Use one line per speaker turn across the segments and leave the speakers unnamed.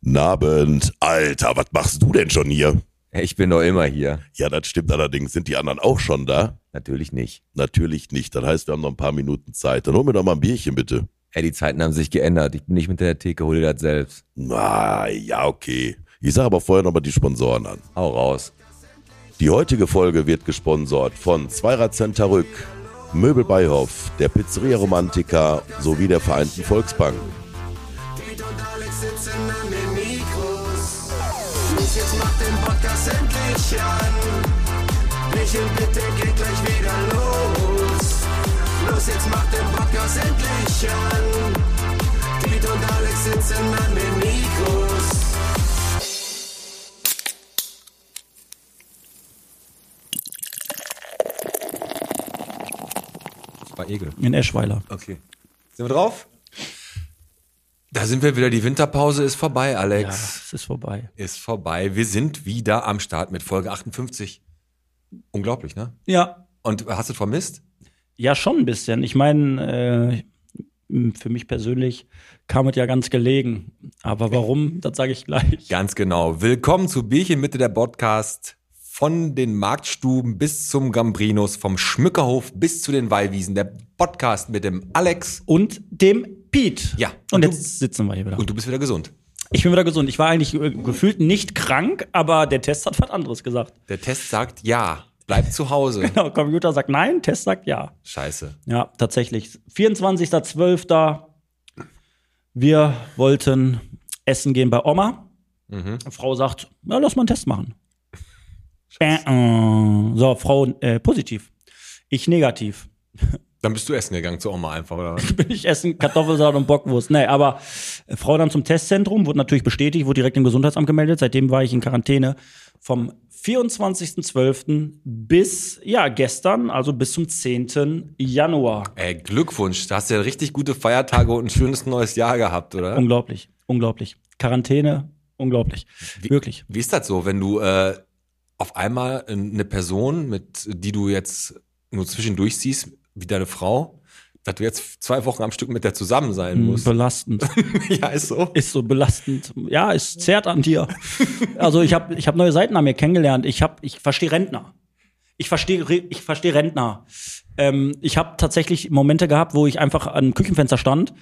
Nabend. Alter, was machst du denn schon hier?
Ich bin doch immer hier.
Ja, das stimmt allerdings. Sind die anderen auch schon da?
Natürlich nicht.
Natürlich nicht. Das heißt, wir haben noch ein paar Minuten Zeit. Dann hol mir doch mal ein Bierchen, bitte.
Ey, die Zeiten haben sich geändert. Ich bin nicht mit der Theke, hol dir das selbst.
Na, ja, okay. Ich sag aber vorher nochmal die Sponsoren an.
Hau raus.
Die heutige Folge wird gesponsort von Zweirad Center Rück, Möbel Beihoff, der Pizzeria Romantica sowie der Vereinten Volksbank.
Piet und Alex sitzen an den Mikros. Los, jetzt macht den Podcast endlich an. Michel, bitte geht gleich wieder los. Los, jetzt macht den Podcast endlich an. Piet und Alex sitzen an den Mikros.
Das war Egel.
In Eschweiler.
Okay. Sind wir drauf? Da sind wir wieder. Die Winterpause ist vorbei,
Ja,
Alex.
es ist vorbei.
Ist vorbei. Wir sind wieder am Start mit Folge 58. Unglaublich, ne?
Ja.
Und hast du es vermisst?
Ja, schon ein bisschen. Ich meine, äh, für mich persönlich kam es ja ganz gelegen. Aber warum, das sage ich gleich.
Ganz genau. Willkommen zu Bierchen Mitte der Podcast. Von den Marktstuben bis zum Gambrinus, vom Schmückerhof bis zu den Weihwiesen. Der Podcast mit dem Alex.
Und dem Piet.
Ja. Und
Und
du-
jetzt sitzen wir hier wieder.
Und du bist wieder gesund.
Ich bin wieder gesund. Ich war eigentlich äh, gefühlt nicht krank, aber der Test hat was anderes gesagt.
Der Test sagt ja. Bleib zu Hause.
Der Computer sagt nein, Test sagt ja.
Scheiße.
Ja, tatsächlich. 24.12. Wir wollten essen gehen bei Oma. Frau sagt, ja, lass mal einen Test machen. Äh, äh. So, Frau äh, positiv. Ich negativ.
Dann bist du essen gegangen zu Oma einfach, oder? was?
Bin ich essen Kartoffelsalat und Bockwurst. Nee, aber äh, Frau dann zum Testzentrum, wurde natürlich bestätigt, wurde direkt im Gesundheitsamt gemeldet. Seitdem war ich in Quarantäne vom 24.12. bis, ja, gestern, also bis zum 10. Januar.
Ey, Glückwunsch. Da hast du ja richtig gute Feiertage und ein schönes neues Jahr gehabt, oder?
Unglaublich, unglaublich. Quarantäne, unglaublich. Wirklich.
Wie ist das so, wenn du äh, auf einmal eine Person, mit die du jetzt nur zwischendurch siehst, wie deine Frau, dass du jetzt zwei Wochen am Stück mit der zusammen
Mhm.
sein musst?
Hm, Belastend.
ja, ist so.
Ist so belastend. Ja, es zerrt an dir. Also ich habe ich hab neue Seiten an mir kennengelernt. Ich, hab- ich verstehe Rentner. Ich verstehe ich versteh Rentner. Ähm, ich habe tatsächlich Momente gehabt, wo ich einfach am Küchenfenster stand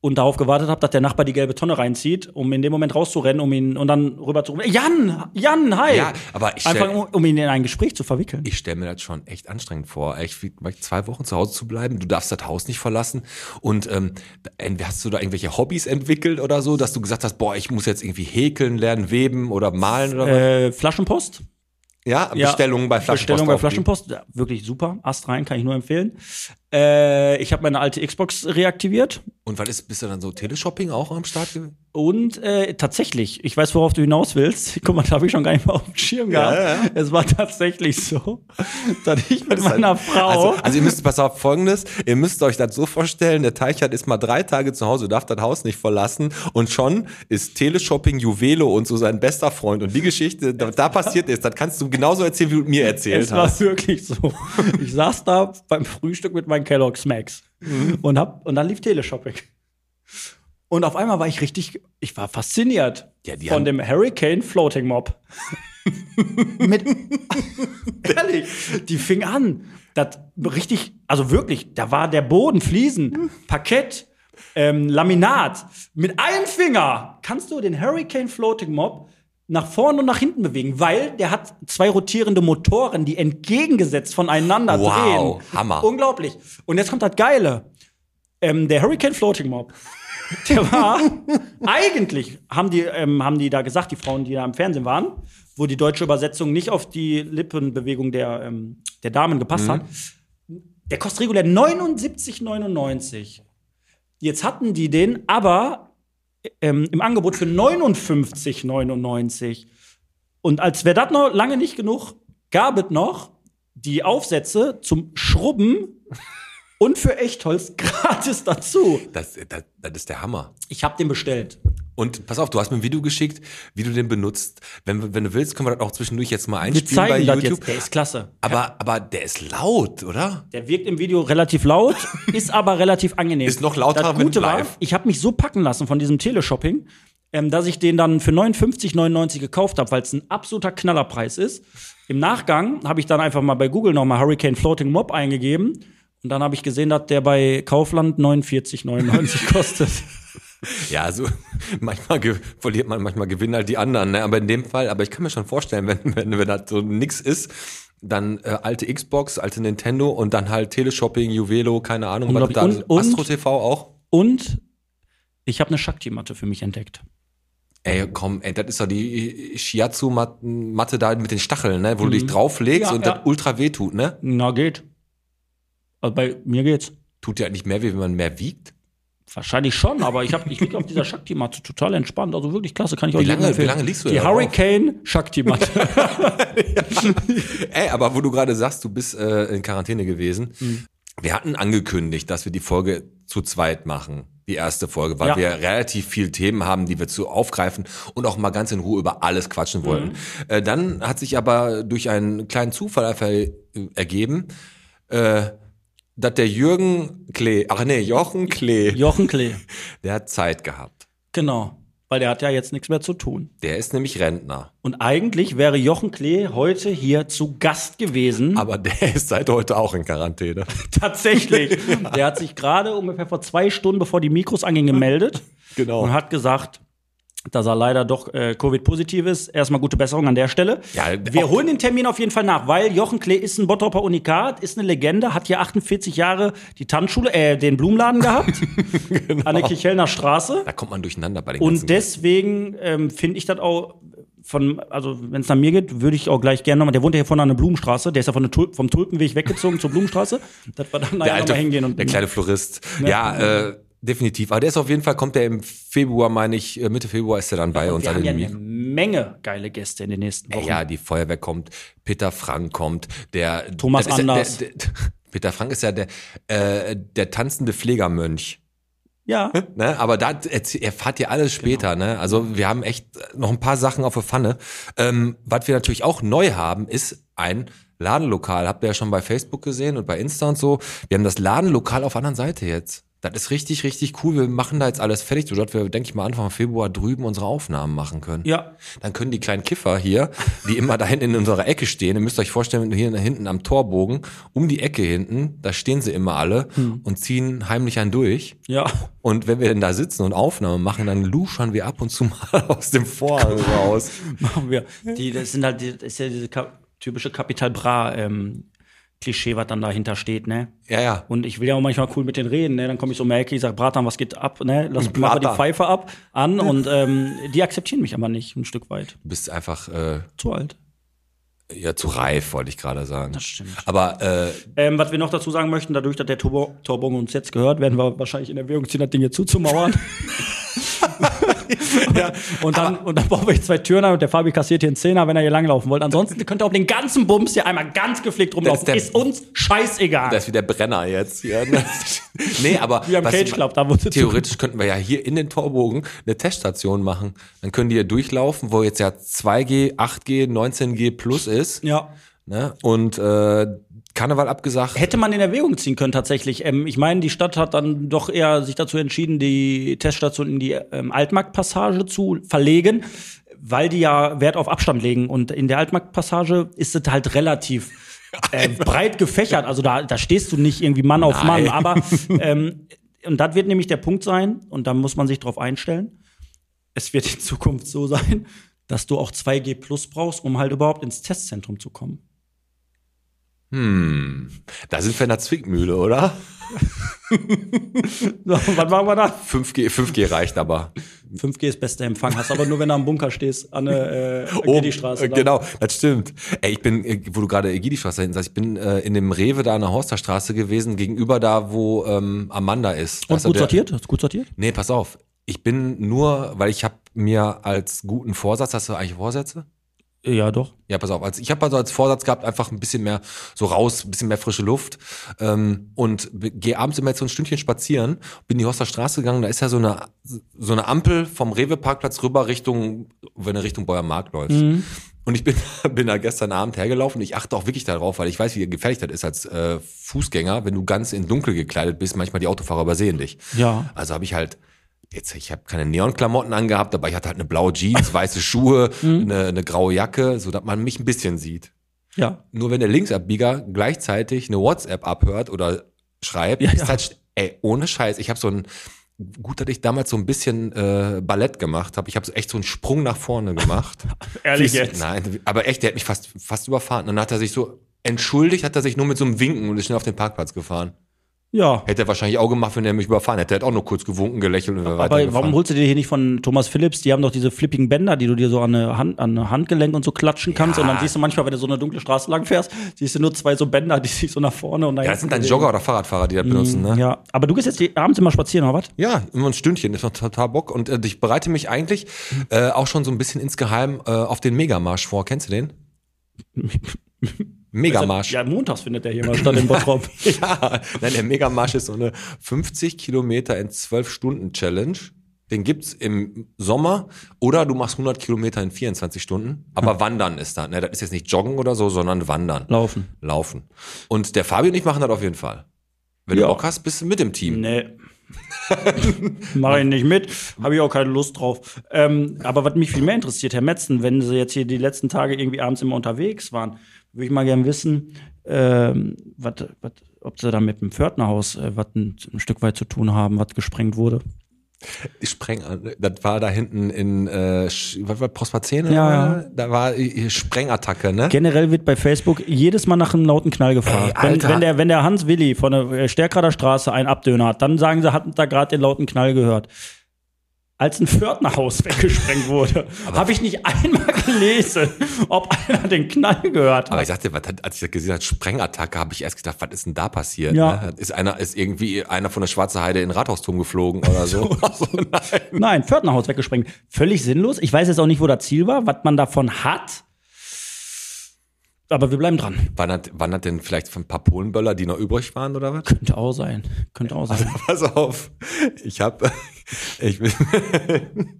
und darauf gewartet habe, dass der Nachbar die gelbe Tonne reinzieht, um in dem Moment rauszurennen, um ihn und dann rüber zu rufen. Jan, Jan, hi.
Ja, aber ich stell-
einfach um, um ihn in ein Gespräch zu verwickeln.
Ich stelle mir das schon echt anstrengend vor, echt wie- zwei Wochen zu Hause zu bleiben. Du darfst das Haus nicht verlassen. Und ähm, ent- hast du da irgendwelche Hobbys entwickelt oder so, dass du gesagt hast, boah, ich muss jetzt irgendwie häkeln lernen, weben oder malen oder was?
äh, Flaschenpost.
Ja,
Ja,
Bestellungen bei Flaschenpost.
Bestellung bei
aufgeben.
Flaschenpost, ja, wirklich super. Ast rein, kann ich nur empfehlen. Äh, ich habe meine alte Xbox reaktiviert
Und was ist, bist du dann so Teleshopping auch am Start? ge-
und äh, tatsächlich, ich weiß, worauf du hinaus willst. Guck mal, da habe ich schon gar nicht mal auf dem Schirm gehabt.
ja, ja.
Es war tatsächlich so, dass ich mit meiner Frau.
Also, also ihr müsst, pass auf, folgendes, ihr müsst euch das so vorstellen, der Teichert ist mal drei Tage zu Hause, darf das Haus nicht verlassen und schon ist Teleshopping Juwelo und so sein bester Freund und die Geschichte, da, da passiert ist, das kannst du genauso erzählen, wie du mir erzählt
es war
hast.
wirklich so. Ich saß da beim Frühstück mit meinen Kellogg's Max
Mhm.
und hab und dann lief Teleshopping. Und auf einmal war ich richtig, ich war fasziniert
Ja, die
von
haben-
dem Hurricane Floating Mob. mit ehrlich, die fing an. Das richtig, also wirklich, da war der Boden, Fliesen, Parkett, ähm, Laminat. Mit einem Finger kannst du den Hurricane Floating Mob nach vorne und nach hinten bewegen, weil der hat zwei rotierende Motoren, die entgegengesetzt voneinander
Wow,
drehen.
Hammer.
Unglaublich. Und jetzt kommt das Geile. Ähm, der Hurricane Floating Mob, der war eigentlich, haben die, ähm, haben die da gesagt, die Frauen, die da im Fernsehen waren, wo die deutsche Übersetzung nicht auf die Lippenbewegung der, ähm, der Damen gepasst hat, der kostet regulär 79,99. Jetzt hatten die den aber ähm, im Angebot für 59,99. Und als wäre das noch lange nicht genug, gab es noch die Aufsätze zum Schrubben und für Echtholz gratis dazu.
Das, das, das ist der Hammer.
Ich habe den bestellt.
Und pass auf, du hast mir ein Video geschickt, wie du den benutzt. Wenn, wenn du willst, können wir das auch zwischendurch jetzt mal
Wir
einspielen bei
zeigen das
YouTube.
jetzt. Der ist klasse.
Aber, aber der ist laut, oder?
Der wirkt im Video relativ laut, ist aber relativ angenehm.
Ist noch lauter,
das
wenn
Gute war,
live.
ich habe mich so packen lassen von diesem Teleshopping, äh, ähm, dass ich den dann für 59,99 gekauft habe, weil es ein absoluter Knallerpreis ist. Im Nachgang habe ich dann einfach mal bei Google nochmal Hurricane Floating Mob eingegeben und dann habe ich gesehen, dass der bei Kaufland 49,99 kostet.
Ja, so manchmal ge- verliert man, manchmal gewinnen halt die anderen. Ne? Aber in dem Fall, aber ich kann mir schon vorstellen, wenn, wenn, wenn das so nix ist, dann äh, alte Xbox, alte Nintendo und dann halt Teleshopping, Juvelo, keine Ahnung, was
Unglaublich.
da
Und- und-
Astro TV auch.
Und ich habe eine Shakti-Matte für mich entdeckt.
Ey, komm, ey, das ist doch die äh, Shiatsu-Matte da mit den Stacheln, ne? Wo du dich drauflegst
Mhm. Ja,
und
ja.
das ultra weh tut, ne?
Na, geht. Also bei mir geht's.
Tut ja nicht mehr weh, wenn man mehr wiegt.
Wahrscheinlich schon, aber ich, hab- ich liege auf dieser Shakti-Matte total entspannt. Also wirklich klasse, kann ich
Wie
euch jedem
lange-
empfehlen.
wie lange liegst du
Die
da drauf?
Hurricane Shakti-Matte.
Ey, aber wo du gerade sagst, du bist äh, in Quarantäne gewesen.
Mhm.
Wir hatten angekündigt, dass wir die Folge zu zweit machen. Die erste Folge, weil
Ja.
wir relativ viel Themen haben, die wir zu aufgreifen und auch mal ganz in Ruhe über alles quatschen
Mhm.
wollen. Äh, dann hat sich aber durch einen kleinen Zufall einfach äh, ergeben, äh, dass der Jürgen Klee, ach nee, Jochen Klee,
Jochen Klee.
der hat Zeit gehabt.
Genau. Weil der hat ja jetzt nichts mehr zu tun.
Der ist nämlich Rentner.
Und eigentlich wäre Jochen Klee heute hier zu Gast gewesen.
Aber der ist seit heute auch in Quarantäne.
Tatsächlich. Der hat sich gerade ungefähr vor zwei Stunden, bevor die Mikros angingen, gemeldet.
Genau.
Und hat gesagt, dass er leider doch äh, Covid-positiv ist. Erstmal gute Besserung an der Stelle.
Ja,
Wir
auch-
holen den Termin auf jeden Fall nach, weil Jochen Klee ist ein Bottroper Unikat, ist eine Legende, hat hier 48 Jahre die Tanzschule, äh, den Blumenladen gehabt.
Genau.
An der Kichelner Straße.
Da kommt man durcheinander bei den ganzen
Und deswegen ähm, finde ich das auch von, also wenn es nach mir geht, würde ich auch gleich gerne nochmal, der wohnt ja hier vorne an der Blumenstraße, der ist ja von der Tulp, vom Tulpenweg weggezogen zur Blumenstraße, dass wir dann
der
nachher
alte,
nochmal hingehen und
der kleine Florist. Ja, äh, definitiv. Aber der ist auf jeden Fall, kommt der im Februar, meine ich, äh, Mitte Februar ist er dann bei uns.
wir
alle
haben ja
die-
eine Menge geile Gäste in den nächsten Wochen.
ja, die Feuerwehr kommt, Peter Frank kommt, der
Thomas
das ist ja-
Anders.
Der, der, Peter Frank ist ja der, äh, der tanzende Pflegermönch.
ja.
Ne? Aber da erzäh- erfahrt ihr alles später. Ne? Also wir haben echt noch ein paar Sachen auf der Pfanne. Ähm, was wir natürlich auch neu haben, ist ein Ladenlokal. Habt ihr ja schon bei Facebook gesehen und bei Insta und so. Wir haben das Ladenlokal auf der anderen Seite jetzt. Das ist richtig, richtig cool. Wir machen da jetzt alles fertig, sodass wir, denke ich mal, Anfang Februar drüben unsere Aufnahmen machen können.
Ja.
Dann können die kleinen Kiffer hier, die immer da hinten in unserer Ecke stehen, ihr müsst euch vorstellen, hier hinten am Torbogen, um die Ecke hinten, da stehen sie immer alle und ziehen heimlich einen durch.
Ja.
Und wenn wir denn da sitzen und Aufnahmen machen, dann luschern wir ab und zu mal aus dem Vorhang raus.
Machen wir. Die, das sind halt, die- das ist ja diese ka typische Capital Bra ähm, Klischee, was dann dahinter steht, ne?
Ja, ja.
Und ich will ja auch manchmal cool mit denen reden, ne? Dann komme ich so um die Ecke, ich sag, Bratan, was geht ab, ne? Lass mach mal die
Bratan.
Pfeife ab, an und ähm, die akzeptieren mich aber nicht, ein Stück weit.
Du bist einfach äh,
Zu alt.
ja, zu reif, wollte ich gerade sagen. Das
stimmt.
Aber äh,
Ähm, was wir noch dazu sagen möchten, dadurch, dass der Turbo, Turbo uns jetzt gehört, werden wir wahrscheinlich in Erwägung ziehen, das Ding hier zuzumauern. und, dann, und dann bauen wir hier zwei Türen ein und der Fabi kassiert hier einen Zehner, wenn er hier langlaufen wollte. Ansonsten könnt ihr auf den ganzen Bums hier einmal ganz gepflegt rumlaufen.
Das
Ist,
ist der-
uns scheißegal.
das ist wie der Brenner jetzt hier. Ne? nee, aber
Wie am
was-
Cage Club, da wurde
theoretisch könnten wir ja hier in den Torbogen eine Teststation machen. Dann können die ja durchlaufen, wo jetzt ja 2G, 8G, 19G plus ist.
Ja.
Ne? Und äh, Karneval abgesagt.
Hätte man in Erwägung ziehen können tatsächlich. Ähm, ich meine, die Stadt hat dann doch eher sich dazu entschieden, die Teststation in die ähm, Altmarktpassage zu verlegen, weil die ja Wert auf Abstand legen. Und in der Altmarktpassage ist es halt relativ äh, breit gefächert. Also da, da stehst du nicht irgendwie Mann auf
Nein.
Mann. Aber ähm, und das wird nämlich der Punkt sein, und da muss man sich drauf einstellen. Es wird in Zukunft so sein, dass du auch 2G Plus brauchst, um halt überhaupt ins Testzentrum zu kommen.
Da sind wir in der Zwickmühle, oder?
So, was machen wir da?
5G, 5G reicht aber.
5G ist bester Empfang, hast aber nur, wenn du am Bunker stehst, an der äh,
Oben,
Gedi-Straße.
äh, Genau, das stimmt. Ey, ich bin, äh, wo du gerade Egidi-Straße hinten sagst, ich bin äh, in dem Rewe da an der Horsterstraße gewesen, gegenüber da, wo ähm, Amanda ist. Da
Und
ist ja
gut
der-
sortiert? Hast du gut sortiert?
Nee, pass auf. Ich bin nur, weil ich habe mir als guten Vorsatz, hast du eigentlich Vorsätze?
Ja, doch.
Ja, pass auf. Als, ich habe also als Vorsatz gehabt, einfach ein bisschen mehr so raus, ein bisschen mehr frische Luft ähm, und gehe abends immer jetzt so ein Stündchen spazieren. Bin die Horster Straße gegangen, da ist ja so eine so eine Ampel vom Rewe-Parkplatz rüber Richtung, wenn du Richtung Beuer Markt läufst. Und ich bin, bin da gestern Abend hergelaufen. Ich achte auch wirklich darauf, weil ich weiß, wie gefährlich das ist als äh, Fußgänger, wenn du ganz in Dunkel gekleidet bist. Manchmal die Autofahrer übersehen dich.
Ja.
Also habe ich halt jetzt, ich habe keine Neonklamotten angehabt, aber ich hatte halt eine blaue Jeans, weiße Schuhe,
Mhm.
eine, eine graue Jacke, so dass man mich ein bisschen sieht.
Ja.
Nur wenn der Linksabbieger gleichzeitig eine WhatsApp abhört oder schreibt,
Ja,
ist
ja.
halt, sch- ey, ohne Scheiß, ich habe so ein, gut, dass ich damals so ein bisschen äh, Ballett gemacht habe, ich habe so echt so einen Sprung nach vorne gemacht.
Ehrlich
Fies-
jetzt?
Nein, aber echt, der hat mich fast, fast überfahren. Und dann hat er sich so entschuldigt, hat er sich nur mit so einem Winken und ist schnell auf den Parkplatz gefahren.
Ja.
Hätte er wahrscheinlich auch gemacht, wenn er mich überfahren hätte. Er hat auch nur kurz gewunken, gelächelt und wäre
Aber
weitergefahren.
warum holst du dir hier nicht von Thomas Phillips? Die haben doch diese flippigen Bänder, die du dir so an eine Hand, an eine Handgelenk und so klatschen kannst.
Ja.
Und dann siehst du manchmal, wenn du so eine dunkle Straße lang fährst, siehst du nur zwei so Bänder, die sich so nach vorne und nach
ja, das
hinten
sind dann
bewegen.
Jogger oder Fahrradfahrer, die das benutzen, ne?
Mhm. Ja, aber du gehst jetzt die- abends immer spazieren, oder was?
Ja, immer ein Stündchen, ist noch total Bock. Und äh, ich bereite mich eigentlich äh, auch schon so ein bisschen insgeheim äh, auf den Megamarsch vor. Kennst du den? Megamarsch.
Ja, montags findet der hier mal statt in Bottrop.
Ja, nein, der Megamarsch ist so eine 50 Kilometer in 12 Stunden Challenge. Den gibt's im Sommer oder du machst 100 Kilometer in 24 Stunden. Aber
Hm.
Wandern ist da. Ne? Das ist jetzt nicht Joggen oder so, sondern Wandern.
Laufen.
Laufen. Und der Fabio und ich machen das auf jeden Fall. Wenn
Ja.
du Bock hast, bist du mit im Team.
Nee. Mach ich nicht mit, habe ich auch keine Lust drauf. Ähm, aber was mich viel mehr interessiert, Herr Metzen, wenn Sie jetzt hier die letzten Tage irgendwie abends immer unterwegs waren, würde ich mal gerne wissen, ähm, wat, wat, ob Sie da mit dem Pförtnerhaus äh, was ein, ein Stück weit zu tun haben, was gesprengt wurde.
Ich spreng an. Das war da hinten in äh, Sch- was war Prosperzene?
Ja, ja.
Da war äh, Sprengattacke, ne?
Generell wird bei Facebook jedes Mal nach einem lauten Knall gefragt.
Ey,
wenn,
Alter.
wenn, der, wenn der Hans Willi von der äh, Stärkrader Straße einen Abdöner hat, dann sagen sie, hatten da gerade den lauten Knall gehört. Als ein Pförtnerhaus weggesprengt wurde, habe ich nicht einmal gelesen, ob einer den Knall gehört
Aber
hat.
ich sagte, was hat, als ich das gesehen habe, Sprengattacke, habe ich erst gedacht, was ist denn da passiert?
Ja.
Ne? Ist einer, ist irgendwie einer von der Schwarze Heide in den Rathausturm geflogen oder so? Nein.
Nein, Pförtnerhaus weggesprengt. Völlig sinnlos. Ich weiß jetzt auch nicht, wo das Ziel war, was man davon hat. Aber wir bleiben dran.
Waren das, waren das denn vielleicht von ein paar Polenböller, die noch übrig waren oder was?
Könnte auch sein. Könnte auch sein.
Pass auf, ich habe, ich, bin-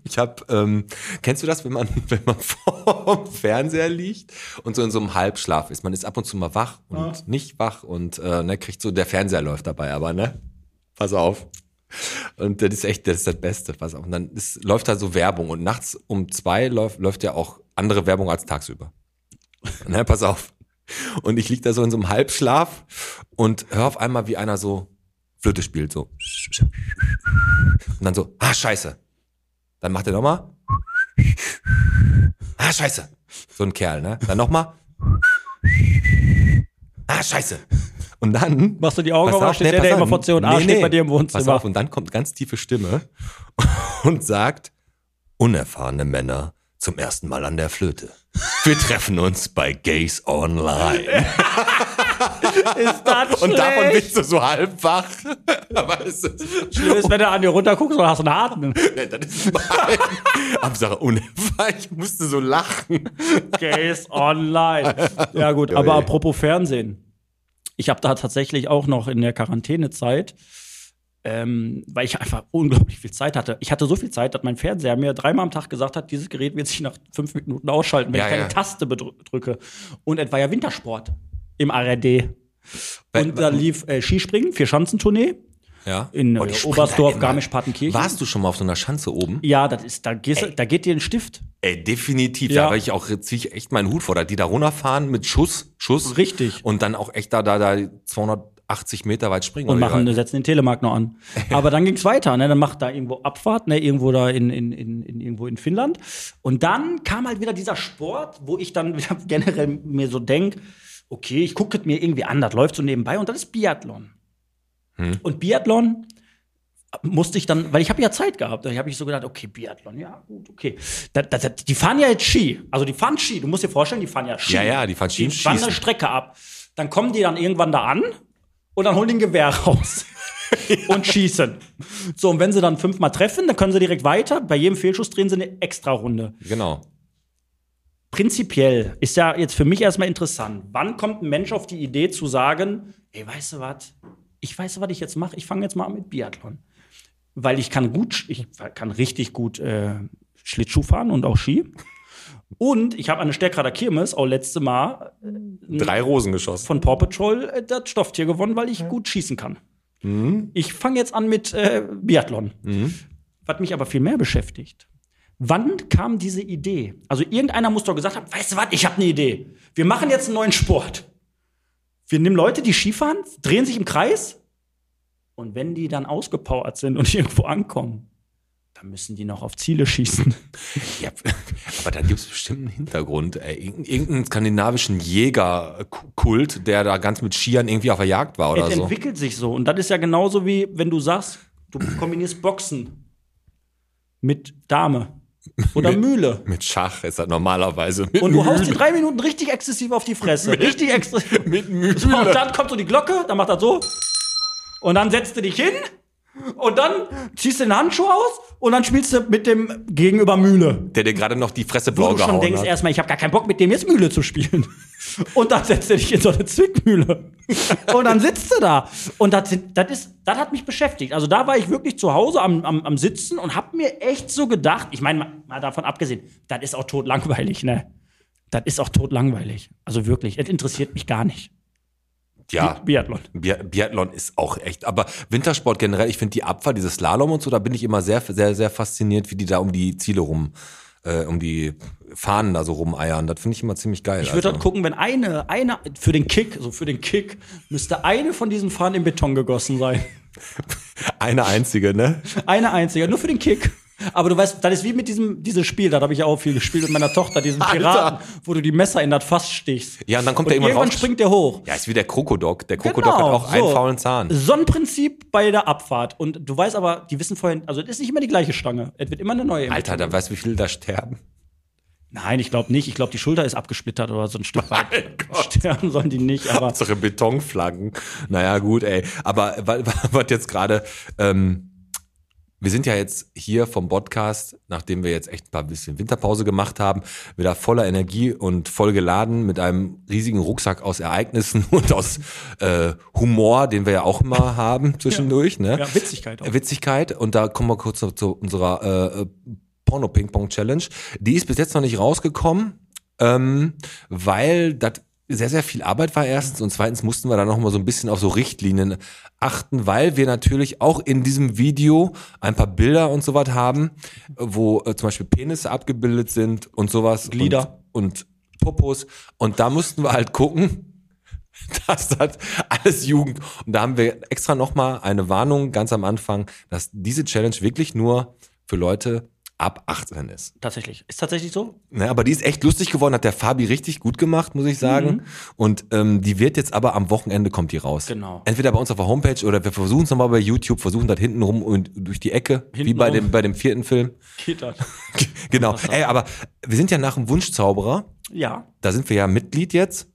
ich habe, ähm, kennst du das, wenn man, wenn man vor dem Fernseher liegt und so in so einem Halbschlaf ist? Man ist ab und zu mal wach und nicht wach und äh, ne, kriegt so, der Fernseher läuft dabei, aber ne, pass auf. Und das ist echt, das ist das Beste, pass auf. Und dann ist, läuft da so Werbung und nachts um zwei läuft, läuft ja auch andere Werbung als tagsüber. Ne, pass auf. Und ich lieg da so in so einem Halbschlaf und hör auf einmal, wie einer so Flöte spielt, so. Und dann so, ah, scheiße. Dann macht er nochmal. Ah, scheiße. So ein Kerl, ne? Dann nochmal. Ah, scheiße. Und dann.
Machst du die Augen
Pass
auf,
auf,
steht
nee,
der,
pass
der
auf.
immer vor C&A steht bei dir im Wohnzimmer.
Pass auf, und dann kommt ganz tiefe Stimme und sagt, unerfahrene Männer zum ersten Mal an der Flöte. Wir treffen uns bei Gays Online.
Ist das
Und davon
schlecht?
bist du so halb wach. weißt du?
Schlimm ist, wenn du an dir runterguckst und hast einen harten.
Nee, das ist mein. Absache unerfahren. Ich musste so lachen.
Gays online. Ja gut,
Ja,
aber
ey.
apropos Fernsehen. Ich habe da tatsächlich auch noch in der Quarantänezeit, ähm, weil ich einfach unglaublich viel Zeit hatte. Ich hatte so viel Zeit, dass mein Fernseher mir dreimal am Tag gesagt hat, dieses Gerät wird sich nach fünf Minuten ausschalten, wenn
Ja,
ich keine
ja.
Taste bedr- drücke. Und es war ja Wintersport im ARD. Und da lief äh, Skispringen, Vierschanzentournee
Ja.
in
Oh,
äh,
die springen da
Oberstdorf,
immer.
Garmisch-Partenkirchen.
Warst du schon mal auf so einer Schanze oben?
Ja, das ist, da, gehst, du- da geht dir ein Stift.
Ey, definitiv.
Ja.
Da habe ich auch zieh ich echt meinen Hut vor, da die da runterfahren mit Schuss, Schuss.
Richtig.
Und dann auch echt da, da, da 280 Meter weit springen.
Und
oder
machen,
wie weit?
setzen den Telemark noch an. Aber dann ging's weiter, ne? Dann macht da irgendwo Abfahrt, ne? Irgendwo da in, in, in, in, irgendwo in Finnland. Und dann kam halt wieder dieser Sport, wo ich dann wieder generell mir so denk, okay, ich gucke mir irgendwie an, das läuft so nebenbei und das ist Biathlon.
Hm.
Und Biathlon musste ich dann, weil ich habe ja Zeit gehabt, da habe ich so gedacht, okay, Biathlon, ja, gut, okay. Da, da, da, die fahren ja jetzt Ski, also die fahren Ski, du musst dir vorstellen, die fahren ja Ski.
Ja, ja, die fahren Ski
Die
und
fahren eine
schießen.
Strecke ab. Dann kommen die dann irgendwann da an und dann holen die ein Gewehr raus. und schießen. So, und wenn sie dann fünfmal treffen, dann können sie direkt weiter. Bei jedem Fehlschuss drehen sie eine extra Runde.
Genau.
Prinzipiell ist ja jetzt für mich erstmal interessant. Wann kommt ein Mensch auf die Idee zu sagen, ey, weißt du was? Ich weiß, was ich jetzt mache. Ich fange jetzt mal an mit Biathlon. Weil ich kann gut, ich kann richtig gut äh, Schlittschuh fahren und auch Ski. Und ich habe an der Stärkrader Kirmes auch letzte Mal äh,
Drei Rosen geschossen.
von Paw Patrol äh, das Stofftier gewonnen, weil ich gut schießen kann. Ich fange jetzt an mit äh, Biathlon. Was mich aber viel mehr beschäftigt. Wann kam diese Idee? Also irgendeiner muss doch gesagt haben, weißt du was, ich habe eine Idee. Wir machen jetzt einen neuen Sport. Wir nehmen Leute, die Skifahren, drehen sich im Kreis und wenn die dann ausgepowert sind und irgendwo ankommen, dann müssen die noch auf Ziele schießen.
Ja, aber da gibt es bestimmt einen Hintergrund. ey. Irgend- Irgendeinen skandinavischen Jägerkult, der da ganz mit Skiern irgendwie auf der Jagd war oder
es
so.
entwickelt sich so. Und das ist ja genauso wie, wenn du sagst, du kombinierst Boxen mit Dame oder Mühle.
Mit Schach ist das normalerweise. Mit
Und du haust die
Mühle.
drei Minuten richtig exzessiv auf die Fresse. richtig exzessiv.
Mit Mühle.
So, und dann kommt so die Glocke, dann macht er so. Und dann setzt du dich hin. Und dann ziehst du den Handschuh aus. Und dann spielst du mit dem Gegenüber Mühle.
Der dir gerade noch die Fresse
Wo
blau
du schon
gehauen
denkst
hat.
erstmal, ich habe gar keinen Bock, mit dem jetzt Mühle zu spielen. Und dann setzt er dich in so eine Zwickmühle. Und dann sitzt du da. Und das, sind- das, ist, das hat mich beschäftigt. Also da war ich wirklich zu Hause am, am, am Sitzen und habe mir echt so gedacht, ich meine, mal, mal davon abgesehen, das ist auch totlangweilig, ne? Das ist auch totlangweilig. Also wirklich, es interessiert mich gar nicht.
ja.
Biathlon.
Bi Biathlon ist auch echt, aber Wintersport generell, ich finde die Abfahrt, dieses Slalom und so, da bin ich immer sehr, sehr, sehr fasziniert, wie die da um die Ziele rum, äh, um die Fahnen da so rumeiern. Das finde ich immer ziemlich geil.
Ich würde
also.
dort gucken, wenn eine, eine, für den Kick, so für den Kick, müsste eine von diesen Fahnen in Beton gegossen sein.
Eine einzige, ne?
Eine einzige, nur für den Kick. Aber du weißt, das ist wie mit diesem dieses Spiel, da habe ich ja auch viel gespielt mit meiner Tochter, diesen
Alter.
Piraten, wo du die Messer in das Fass stichst.
Ja, und dann kommt
und
der irgendwann
irgendwann
raus.
springt der hoch. Genau,
Ja, ist wie der Krokodok. Der Krokodok hat auch einen faulen Zahn.
So ein Prinzip bei der Abfahrt. Und du weißt aber, die wissen vorhin, also es ist nicht immer die gleiche Stange. Es wird immer eine neue.
Alter, da weißt du, wie viele da sterben?
Nein, ich glaube nicht. Ich glaube, die Schulter ist abgesplittert oder so ein Stück weit. Sterben sollen die nicht, aber
Hauptsache Betonflaggen. Naja, gut, ey. Aber wa- wa- was jetzt gerade, ähm, wir sind ja jetzt hier vom Podcast, nachdem wir jetzt echt ein paar bisschen Winterpause gemacht haben, wieder voller Energie und voll geladen mit einem riesigen Rucksack aus Ereignissen und aus äh, Humor, den wir ja auch immer haben zwischendurch. Ne?
ja, Witzigkeit auch.
Witzigkeit. Und da kommen wir kurz noch zu unserer äh, äh, Porno-Ping-Pong-Challenge. Die ist bis jetzt noch nicht rausgekommen, ähm, weil das sehr, sehr viel Arbeit war erstens und zweitens mussten wir da noch mal so ein bisschen auf so Richtlinien achten, weil wir natürlich auch in diesem Video ein paar Bilder und sowas haben, äh, wo äh, zum Beispiel Penisse abgebildet sind und sowas.
Glieder.
Und, und Popos. Und da mussten wir halt gucken, das hat alles Jugend. Und da haben wir extra nochmal eine Warnung ganz am Anfang, dass diese Challenge wirklich nur für Leute ab 18 ist.
Tatsächlich. Ist tatsächlich so?
Ne, aber die ist echt lustig geworden, hat der Fabi richtig gut gemacht, muss ich sagen. Und ähm, die wird jetzt aber am Wochenende kommt die raus.
Genau.
Entweder bei uns auf der Homepage oder wir versuchen es nochmal bei YouTube, versuchen das hintenrum und durch die Ecke, wie bei
Hintenrum.
dem, bei dem vierten Film.
Geht das?
genau. Ey, aber wir sind ja nach dem Wunschzauberer
Ja.
da sind wir ja Mitglied jetzt.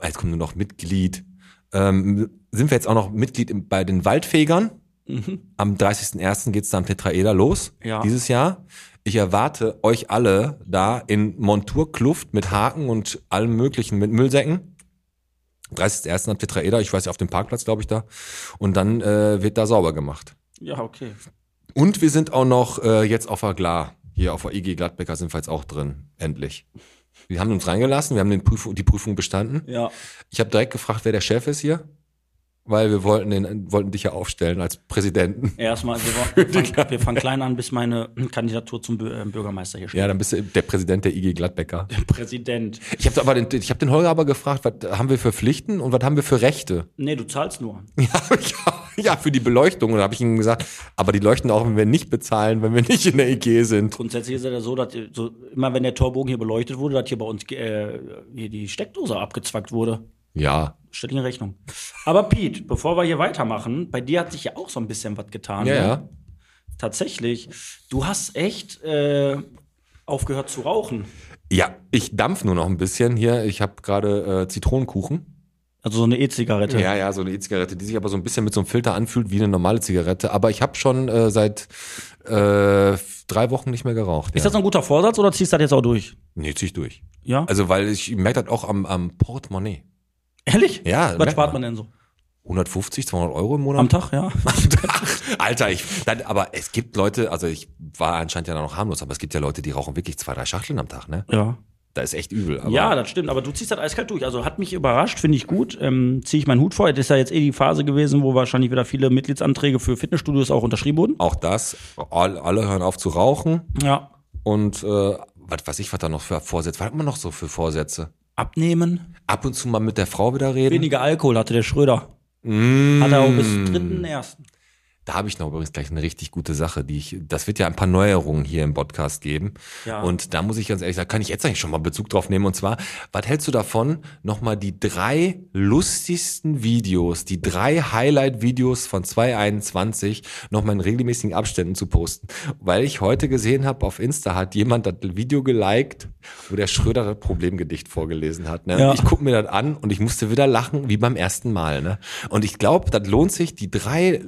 Ah, Jetzt kommt nur noch Mitglied. Ähm, sind wir jetzt auch noch Mitglied im, bei den Waldfegern?
Mhm.
Am 30.01. geht's da am Tetraeder los.
Ja.
Dieses Jahr. Ich erwarte euch alle da in Monturkluft mit Haken und allem möglichen, mit Müllsäcken. 30.01. am Tetraeder, ich weiß ja, auf dem Parkplatz, glaube ich, da. Und dann äh, wird da sauber gemacht.
Ja, okay.
Und wir sind auch noch äh, jetzt auf Aglar. Hier auf der IG Gladbecker sind wir jetzt auch drin. Endlich. Wir haben uns reingelassen, wir haben den Prüfung, die Prüfung bestanden.
Ja.
Ich habe direkt gefragt, wer der Chef ist hier. Weil wir wollten, den, wollten dich ja aufstellen als Präsidenten.
Erstmal, wir, wollen- wir, fangen, wir fangen klein an, bis meine Kandidatur zum Bü- äh, Bürgermeister hier steht.
Ja, dann bist du der Präsident der IG Gladbecker.
Präsident.
Ich habe aber den, ich hab den Holger aber gefragt, was haben wir für Pflichten und was haben wir für Rechte?
Nee, du zahlst nur.
Ja, ja, ja für die Beleuchtung. Und da habe ich ihm gesagt, aber die leuchten auch, wenn wir nicht bezahlen, wenn wir nicht in der IG sind.
Grundsätzlich ist es ja so, dass äh, so, immer wenn der Torbogen hier beleuchtet wurde, dass hier bei uns äh, hier die Steckdose abgezwackt wurde.
Ja.
Stell dir in Rechnung. Aber Pete, bevor wir hier weitermachen, bei dir hat sich ja auch so ein bisschen was getan.
Ja,
ne?
ja.
Tatsächlich. Du hast echt äh, aufgehört zu rauchen.
Ja, ich dampf nur noch ein bisschen hier. Ich habe gerade äh, Zitronenkuchen.
Also so eine E-Zigarette.
Ja, ja, so eine E-Zigarette, die sich aber so ein bisschen mit so einem Filter anfühlt wie eine normale Zigarette. Aber ich habe schon äh, seit äh, f- drei Wochen nicht mehr geraucht.
Ist
ja.
das ein guter Vorsatz oder ziehst du das jetzt auch durch?
Nee, zieh ich durch.
Ja?
Also, weil ich merke das auch am, am Portemonnaie.
Ehrlich?
Ja,
Was
merkt
spart
man.
man denn so?
150, 200 Euro im Monat.
Am Tag, ja.
Alter, ich, dann, aber es gibt Leute, also ich war anscheinend ja noch harmlos, aber es gibt ja Leute, die rauchen wirklich zwei, drei Schachteln am Tag, ne?
Ja.
Da ist echt übel. Aber
Ja, das stimmt, aber du ziehst das eiskalt durch. Also hat mich überrascht, finde ich gut. Ähm, Ziehe ich meinen Hut vor. Das ist ja jetzt eh die Phase gewesen, wo wahrscheinlich wieder viele Mitgliedsanträge für Fitnessstudios auch unterschrieben wurden.
auch das, all, alle hören auf zu rauchen
Ja.
und äh, was weiß ich, was da noch für Vorsätze, was hat man noch so für Vorsätze?
Abnehmen.
Ab und zu mal mit der Frau wieder reden.
Weniger Alkohol hatte der Schröder. Hat er auch bis 3.1.
Da habe ich noch übrigens gleich eine richtig gute Sache, die ich, das wird ja ein paar Neuerungen hier im Podcast geben.
Ja.
Und da muss ich ganz ehrlich sagen, kann ich jetzt eigentlich schon mal Bezug drauf nehmen. Und zwar, was hältst du davon, nochmal die drei lustigsten Videos, die drei Highlight-Videos von 2021 nochmal in regelmäßigen Abständen zu posten? Weil ich heute gesehen habe, auf Insta hat jemand das Video geliked, wo der Schröder das Problemgedicht vorgelesen hat. Ne?
Ja.
Ich guck mir das an und ich musste wieder lachen, wie beim ersten Mal. Ne? Und ich glaube, das lohnt sich, die drei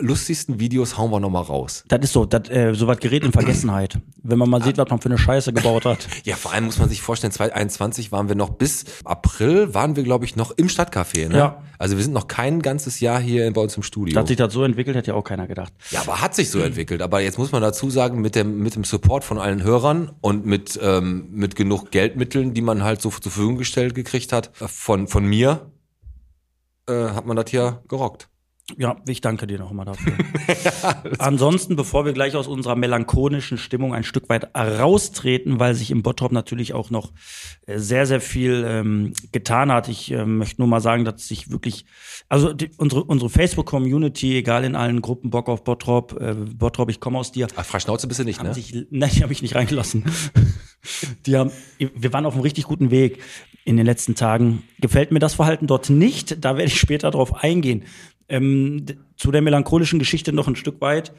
lustigsten Videos hauen wir nochmal raus.
Das ist so, das, äh, so was gerät in Vergessenheit. Wenn man mal sieht, was man für eine Scheiße gebaut hat.
Ja, vor allem muss man sich vorstellen, 2021 waren wir noch bis April, waren wir, glaube ich, noch im Stadtcafé. Ne?
Ja.
Also wir sind noch kein ganzes Jahr hier bei uns im Studio.
Dass sich das so entwickelt, hätte ja auch keiner gedacht.
Ja, aber hat sich so entwickelt. Aber jetzt muss man dazu sagen, mit dem, mit dem Support von allen Hörern und mit, ähm, mit genug Geldmitteln, die man halt so zur Verfügung gestellt gekriegt hat, äh, von, von mir, äh, hat man das hier gerockt.
Ja, ich danke dir nochmal dafür. Ansonsten, bevor wir gleich aus unserer melancholischen Stimmung ein Stück weit raustreten, weil sich im Bottrop natürlich auch noch äh, sehr, sehr viel ähm, getan hat. Ich äh, möchte nur mal sagen, dass sich wirklich, also die, unsere, unsere Facebook-Community, egal in allen Gruppen, Bock auf Bottrop, äh, Bottrop, ich komme aus dir,
Ach, frei Schnauze bist du nicht,
haben
ne?
sich, nein, die habe ich nicht reingelassen. Die haben, wir waren auf einem richtig guten Weg in den letzten Tagen. Gefällt mir das Verhalten dort nicht, da werde ich später drauf eingehen. Ähm, d- zu der melancholischen Geschichte noch ein Stück weit.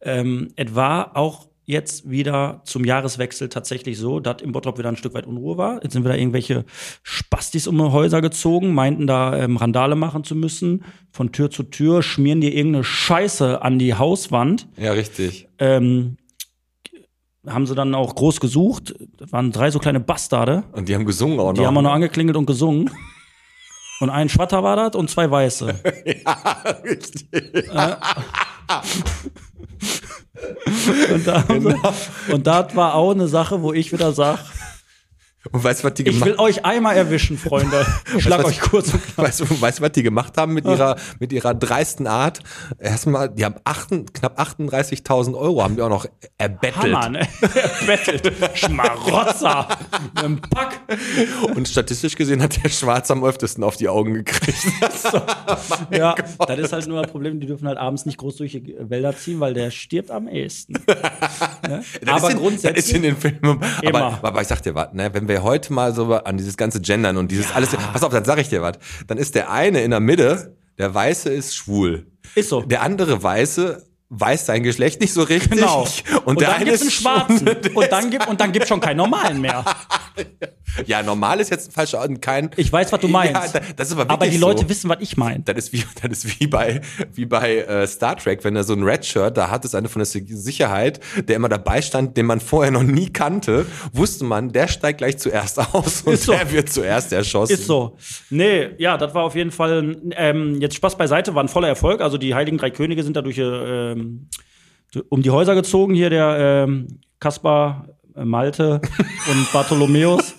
Ähm, es war auch jetzt wieder zum Jahreswechsel tatsächlich so, dass im Bottrop wieder ein Stück weit Unruhe war. Jetzt sind wieder irgendwelche Spastis um die Häuser gezogen, meinten da ähm, Randale machen zu müssen. Von Tür zu Tür schmieren dir irgendeine Scheiße an die Hauswand
Ja, richtig.
ähm, haben sie dann auch groß gesucht. Das waren drei so kleine Bastarde.
Und die haben gesungen auch noch.
Die haben wir nur angeklingelt und gesungen. Und ein Schwatter war das und zwei Weiße. Äh. Und da, haben sie, und das war auch eine Sache, wo ich wieder sage,
Und weißt du, was die
ich
gemacht
will euch einmal erwischen, Freunde. Ich schlag
was-
euch kurz und knapp. Ah.
Weißt du, weißt, du, was die gemacht haben mit ihrer, mit ihrer dreisten Art? Erstmal, die haben achten, knapp 38.000 Euro, haben die auch noch erbettelt.
Hammer, ne? Er bettelt. Schmarotzer. Mit einem Pack. ne?
Und statistisch gesehen hat der Schwarz am öftesten auf die Augen gekriegt.
Ja, das ist halt nur ein Problem. Die dürfen halt abends nicht groß durch die Wälder ziehen, weil der stirbt am ehesten.
Das
Aber
ist in,
grundsätzlich-
Das ist in den Filmen.
Immer.
Aber, aber ich sag dir was, ne, wenn wir heute mal so an dieses ganze Gendern und dieses alles. Pass auf, dann sag ich dir was. Dann ist der eine in der Mitte, der Weiße ist schwul.
Ist so.
Der andere Weiße weiß sein Geschlecht nicht so richtig.
Genau.
Und, der
dann
eine
gibt's einen
ist
Schwarzen. Und dann gibt und dann gibt's schon keinen normalen mehr.
Ja, normal ist jetzt ein falscher Ort und kein.
Ich weiß, was du meinst.
Ja, da- das ist aber wirklich
Aber die Leute
so.
wissen, was ich meine.
Das ist wie, das ist wie bei, wie bei äh, Star Trek, wenn er so ein Red Shirt, da hat es eine von der Si- Sicherheit, der immer dabei stand, den man vorher noch nie kannte, wusste man, der steigt gleich zuerst aus und
Ist so.
der wird zuerst erschossen.
Ist so. Nee, ja, das war auf jeden Fall, ein- ähm, jetzt Spaß beiseite, war ein voller Erfolg. Also die Heiligen Drei Könige sind dadurch ähm, um die Häuser gezogen. Hier der ähm, Kaspar, äh, Malte und Bartholomäus.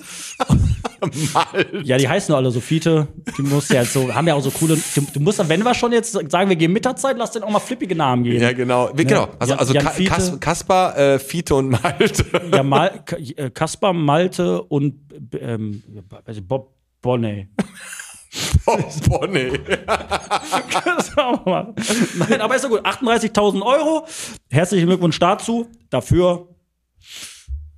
Ja, die heißen doch alle so Fiete. Die muss ja jetzt so, haben ja auch so coole. Du, du musst dann, wenn wir schon jetzt sagen, wir gehen Mittagszeit, lass den auch mal flippige Namen geben.
Ja, genau. Wie- genau. Also,
Jan-
also
Jan
Ka
Fiete.
Kas Kaspar, äh, Fiete und Malte.
Ja, Mal, K- äh, Kaspar, Malte und ähm, also Bob Bonnet.
Oh, Bonnie.
Sagen wir mal. Nein, aber ist doch gut. 38.000 Euro. Herzlichen Glückwunsch dazu. Dafür,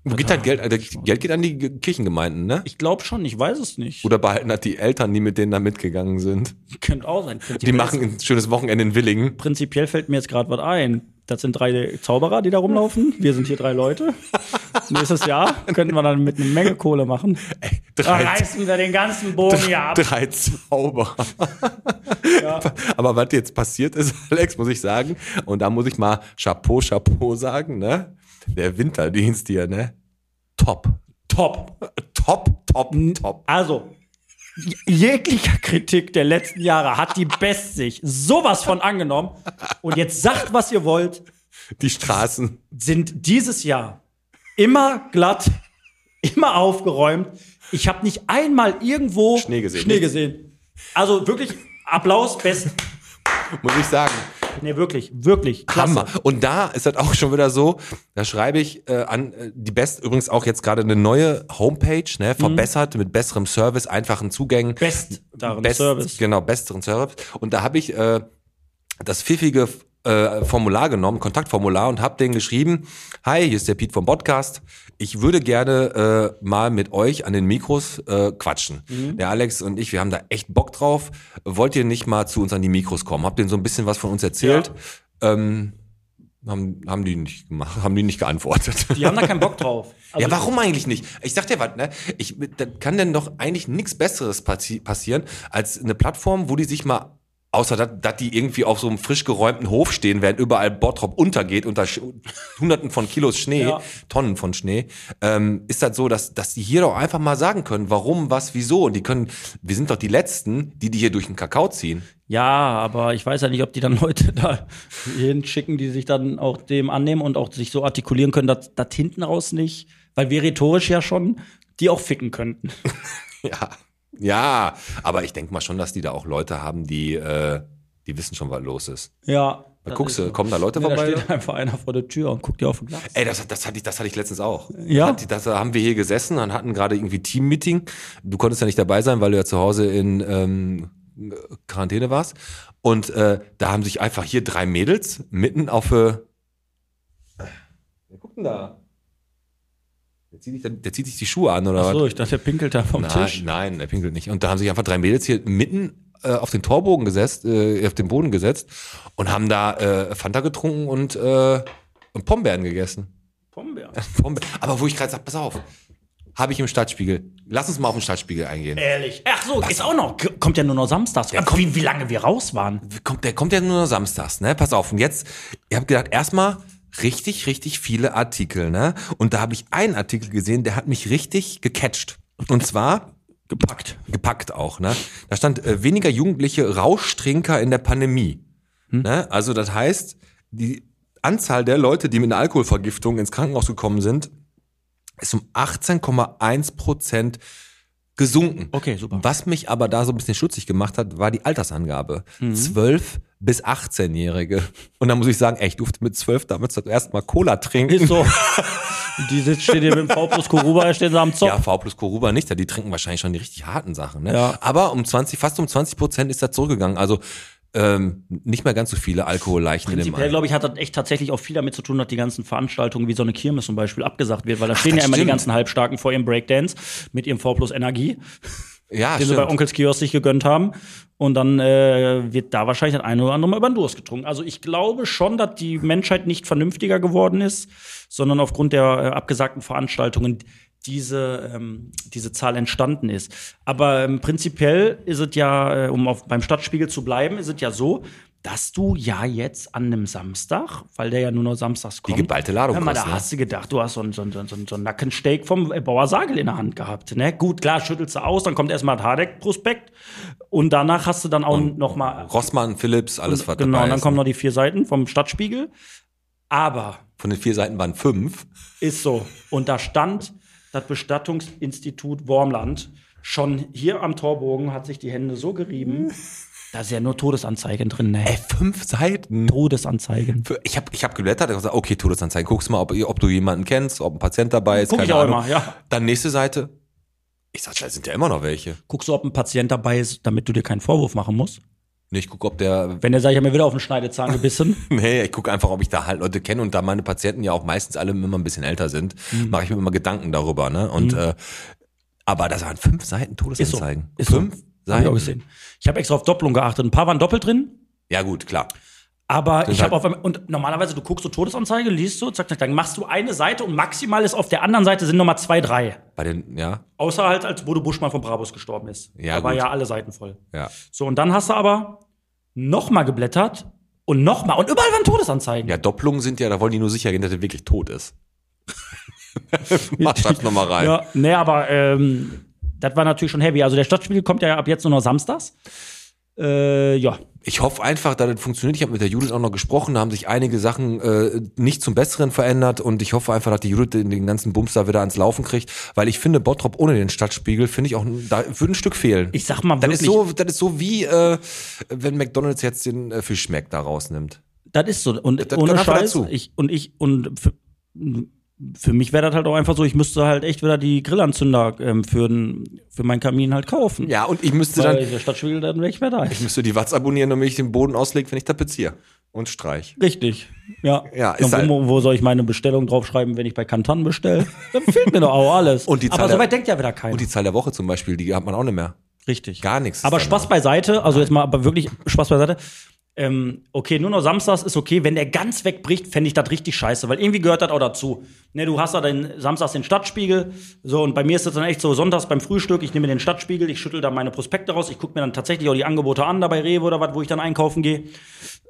Wo geht das Geld? Das Geld geht an die Ge- Kirchengemeinden, ne?
ich glaube schon, ich weiß es nicht.
Oder behalten hat die Eltern, die mit denen da mitgegangen sind.
Könnte auch sein. Prinzipiell,
Die machen ein schönes Wochenende in Willingen.
Prinzipiell fällt mir jetzt gerade was ein. Das sind drei Zauberer, die da rumlaufen. Wir sind hier drei Leute. Nächstes Jahr könnten wir dann mit einer Menge Kohle machen. Da reißen wir den ganzen Bogen hier ab.
Drei Zauberer. Aber was jetzt passiert ist, Alex, muss ich sagen, und da muss ich mal Chapeau, Chapeau sagen, ne? Der Winterdienst hier, ne? Top. Top. Top, top, top.
Also, jeglicher Kritik der letzten Jahre hat die Best sich sowas von angenommen. Und jetzt sagt, was ihr wollt,
Die Straßen.
sind dieses Jahr immer glatt immer aufgeräumt. Ich habe nicht einmal irgendwo
Schnee gesehen.
Schnee gesehen. Also wirklich Applaus, best.
muss ich sagen.
Nee, wirklich, wirklich. Klasse.
Hammer. Und da ist das auch schon wieder so, da schreibe ich äh, an äh, die Best übrigens auch jetzt gerade eine neue Homepage, ne, verbessert mit besserem Service, einfachen Zugängen.
Best darin
Best-
Service.
Genau, besseren Service. Und da habe ich äh, das pfiffige äh, Formular genommen, Kontaktformular, und habe denen geschrieben, hi, hier ist der Piet vom Podcast. Ich würde gerne äh, mal mit euch an den Mikros äh, quatschen.
Mhm.
Der Alex und ich, wir haben da echt Bock drauf. Wollt ihr nicht mal zu uns an die Mikros kommen? Habt denen so ein bisschen was von uns erzählt? Ähm, haben, haben die nicht gemacht, haben die nicht geantwortet.
Die haben da keinen Bock drauf.
ja, warum eigentlich nicht? Ich sag dir was, ne? Ich, da kann denn doch eigentlich nichts Besseres passi passieren, als eine Plattform, wo die sich mal, außer dass- dass die irgendwie auf so einem frisch geräumten Hof stehen, während überall Bottrop untergeht, unter Sch hunderten von Kilos Schnee,
Ja.
Tonnen von Schnee, ähm, ist das so, dass, dass die hier doch einfach mal sagen können, warum, was, wieso. Und die können, wir sind doch die Letzten, die die hier durch den Kakao ziehen.
Ja, aber ich weiß ja nicht, ob die dann Leute da hinschicken, die sich dann auch dem annehmen und auch sich so artikulieren können, dass das hinten raus nicht, weil wir rhetorisch ja schon die auch ficken könnten.
Ja. Ja, aber ich denke mal schon, dass die da auch Leute haben, die, äh, die wissen schon, was los ist.
Ja.
Da
das
guckst
ist
du,
so.
kommen da Leute
Nee, da
vorbei?
steht einfach einer vor der Tür und guckt dir auf den Glas.
Ey, das, das, hatte ich, das hatte ich letztens auch.
Ja?
Hat, das haben wir hier gesessen und hatten gerade irgendwie Team-Meeting. Du konntest ja nicht dabei sein, weil du ja zu Hause in ähm, Quarantäne warst. Und äh, da haben sich einfach hier drei Mädels mitten auf. Äh, Wer guckt denn da? Der zieht, sich, dann- der zieht sich die Schuhe an oder
Achso,
was?
ich dachte, der pinkelt da vom
Nein,
Tisch.
nein, der pinkelt nicht. Und da haben sich einfach drei Mädels hier mitten äh, auf den Torbogen gesetzt, äh, auf den Boden gesetzt und haben da äh, Fanta getrunken und, äh, und Pombeeren gegessen.
Pombeer.
Bombe. Aber wo ich gerade sag, pass auf, habe ich im Stadtspiegel. Lass uns mal auf den Stadtspiegel eingehen.
Ehrlich. Ach so, ist auch noch. K- Kommt ja nur noch samstags. Ach, wie, wie lange wir raus waren.
Kommt, der kommt ja nur noch samstags, ne? Pass auf. Und jetzt, ich habe gedacht, erstmal richtig, richtig viele Artikel, ne? Und da habe ich einen Artikel gesehen, der hat mich richtig gecatcht. Und zwar
Gepackt.
gepackt auch, ne? Da stand äh, weniger Jugendliche Rauschtrinker in der Pandemie.
Hm.
Ne? Also das heißt, die Anzahl der Leute, die mit einer Alkoholvergiftung ins Krankenhaus gekommen sind, ist um 18,1 Prozent gesunken.
Okay, super.
Was mich aber da so ein bisschen schutzig gemacht hat, war die Altersangabe.
Hm.
12 bis 18-Jährige. Und da muss ich sagen, ey, ich durfte mit 12 damals das erste Mal Cola trinken.
Ist so. die sitzt, steht hier mit dem V plus Kuruba, stehen sie am Zopf.
Ja, V plus Koruba nicht, die trinken wahrscheinlich schon die richtig harten Sachen. Ne?
Ja.
Aber um 20, fast um 20 Prozent ist das zurückgegangen. Also ähm, nicht mehr ganz so viele Alkoholleichen in dem
Prinzipiell,
Alter.
glaube ich, hat das echt tatsächlich auch viel damit zu tun, dass die ganzen Veranstaltungen wie so eine Kirmes zum Beispiel abgesagt wird, weil da stehen
das
ja immer
stimmt.
die ganzen Halbstarken vor ihrem Breakdance mit ihrem V plus Energie, den
Ja,
sie bei
stimmt.
Onkels Kiosk sich gegönnt haben. Und dann äh, wird da wahrscheinlich das eine oder andere Mal über den Durst getrunken. Also ich glaube schon, dass die Menschheit nicht vernünftiger geworden ist, sondern aufgrund der äh, abgesagten Veranstaltungen diese, ähm, diese Zahl entstanden ist. Aber ähm, prinzipiell ist es ja, äh, um auf, beim Stadtspiegel zu bleiben, ist es ja so, dass du ja jetzt an einem Samstag, weil der ja nur noch samstags kommt.
geballte Ladung
Hör mal,
kriegst,
da
ne?
hast du gedacht, du hast so ein, so ein, so ein, so ein- so ein Nackensteak vom äh, Bauer Sagel in der Hand gehabt. Ne? Gut, klar, schüttelst du aus, dann kommt erstmal das Hardeck-Prospekt und danach hast du dann auch
oh,
nochmal.
Rossmann, Philips, alles was
Genau,
dabei
und dann
ist.
kommen noch die vier Seiten vom Stadtspiegel. Aber
Von den vier Seiten waren fünf.
ist so. Und da stand das Bestattungsinstitut Wormland schon hier am Torbogen, hat sich die Hände so gerieben. Da ist ja nur Todesanzeigen drin, ne?
Ey, fünf Seiten.
Todesanzeigen.
Für- Ich habe ich hab geblättert und gesagt, okay, Todesanzeige, guckst mal, ob, ob du jemanden kennst, ob ein Patient dabei ist.
Guck
keine
ich auch
Ahnung.
immer, ja.
Dann nächste Seite. Ich sag, da sind ja immer noch welche.
Guckst du, ob ein Patient dabei ist, damit du dir keinen Vorwurf machen musst?
Nee, ich guck, ob der
Wenn der sagt, ich habe mir wieder auf den Schneidezahn gebissen.
Nee, ich gucke einfach, ob ich da halt Leute kenne und da meine Patienten ja auch meistens alle immer ein bisschen älter sind,
Mhm.
mache ich mir immer Gedanken darüber, ne? Und äh, aber das waren fünf Seiten
Ist so.
Todesanzeigen.
Ist
fünf
so. Hab ich auch
Seiten.
gesehen. Ich habe extra auf Doppelung geachtet. Ein paar waren doppelt drin,
Ja, gut, klar.
aber
halt-
ich habe auf einmal- und normalerweise du guckst so Todesanzeige, liest so, zack, zack, dann machst du eine Seite und maximal ist auf der anderen Seite sind nochmal zwei, drei.
Bei den, ja,
Außer halt, als Bodo Buschmann von Brabus gestorben ist.
Ja,
da war
gut.
ja alle Seiten voll.
ja.
So, und dann hast du aber nochmal geblättert und nochmal und überall waren Todesanzeigen.
Ja, Doppelungen sind ja, da wollen die nur sicher gehen, dass er wirklich tot ist. Mach, schreib's nochmal rein.
Ja, nee, aber ähm, das war natürlich schon heavy. Also der Stadtspiegel kommt ja ab jetzt nur noch samstags. Äh, ja.
Ich hoffe einfach, dass das funktioniert. Ich habe mit der Judith auch noch gesprochen, da haben sich einige Sachen äh, nicht zum Besseren verändert und ich hoffe einfach, dass die Judith den, den ganzen Bums da wieder ans Laufen kriegt, weil ich finde, Bottrop ohne den Stadtspiegel, finde ich auch, da würde ein Stück fehlen.
Ich sag mal
das
wirklich,
ist so, das ist so wie, äh, wenn McDonalds jetzt den äh, Fischmeck da rausnimmt.
das ist so. Und
das
ohne
gehört einfach
Scheiß,
dazu.
ich und ich und für, für mich wäre das halt auch einfach so, ich müsste halt echt wieder die Grillanzünder ähm, für, den- für meinen Kamin halt kaufen.
Ja, und ich müsste
Weil
dann,
der Stadtspiegel dann wäre ich mehr da.
ich müsste die Watz abonnieren, damit ich den Boden auslege, wenn ich tapeziere und streich.
Richtig. Ja.
Ja, ist halt
Und wo, wo soll ich meine Bestellung draufschreiben, wenn ich bei Kantan bestelle? Dann fehlt mir doch auch alles.
Und die Zahl
Aber
der-
soweit denkt ja wieder keiner.
Und die Zahl der Woche zum Beispiel, die hat man auch nicht mehr.
Richtig.
Gar nichts. ist
Aber
da
Spaß beiseite, also jetzt mal, aber wirklich Spaß beiseite. Ähm, okay, nur noch samstags ist okay. Wenn der ganz wegbricht, fände ich das richtig scheiße, weil irgendwie gehört das auch dazu. Ne, du hast da den, samstags den Stadtspiegel, so und bei mir ist das dann echt so sonntags beim Frühstück, ich nehme den Stadtspiegel, ich schüttel da meine Prospekte raus, ich gucke mir dann tatsächlich auch die Angebote an, da bei Rewe oder was, wo ich dann einkaufen gehe.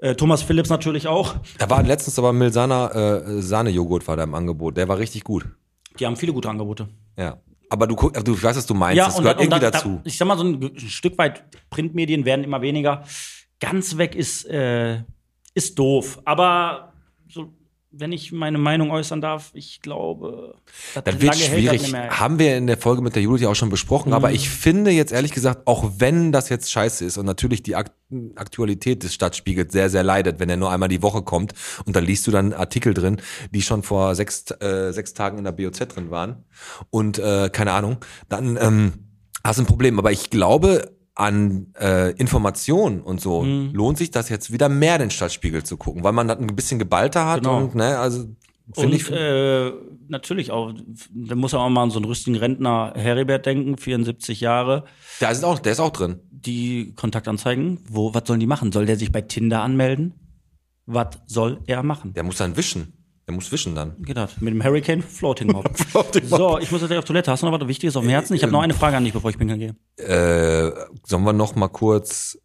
Äh, Thomas Phillips natürlich auch.
Da war letztens aber Milsana äh, Sahnejoghurt war da im Angebot. Der war richtig gut.
Die haben viele gute Angebote.
Ja. Aber du, guck- du ich weiß, was du meinst. das gehört
dann-
irgendwie
dann-
dazu.
da- ich sag mal, so ein G- Stück weit Printmedien werden immer weniger. Ganz weg ist, äh, ist doof. Aber so, wenn ich meine Meinung äußern darf, ich glaube, das
Dann wird
lange hält das
schwierig.
nicht mehr. Mhm.
Haben wir in der Folge mit der Judith ja auch schon besprochen. Aber ich finde jetzt ehrlich gesagt, auch wenn das jetzt scheiße ist und natürlich die Ak Aktualität des Stadtspiegels sehr, sehr leidet, wenn er nur einmal die Woche kommt und dann liest du dann Artikel drin, die schon vor sechs, äh, sechs Tagen in der BOZ drin waren und äh, keine Ahnung, dann ähm, hast du ein Problem. Aber ich glaube, an äh, Informationen und so
Mhm.
lohnt sich das jetzt wieder mehr, den Stadtspiegel zu gucken, weil man das ein bisschen geballter hat
Genau.
und ne, also
Und
finde ich.
äh, natürlich auch, da muss man auch mal an so einen rüstigen Rentner Heribert denken, 74 Jahre.
Der ist auch, der ist auch drin.
Die Kontaktanzeigen, wo, was sollen die machen? Soll der sich bei Tinder anmelden? Was soll er machen?
Der muss dann wischen. Der muss wischen dann.
Genau, mit dem Hurricane Floating Mob. so, ich muss jetzt gleich auf Toilette. Hast du noch was Wichtiges auf dem Herzen? Ich habe noch eine Frage an dich, bevor ich pinkeln gehe.
Äh, sollen wir noch mal kurz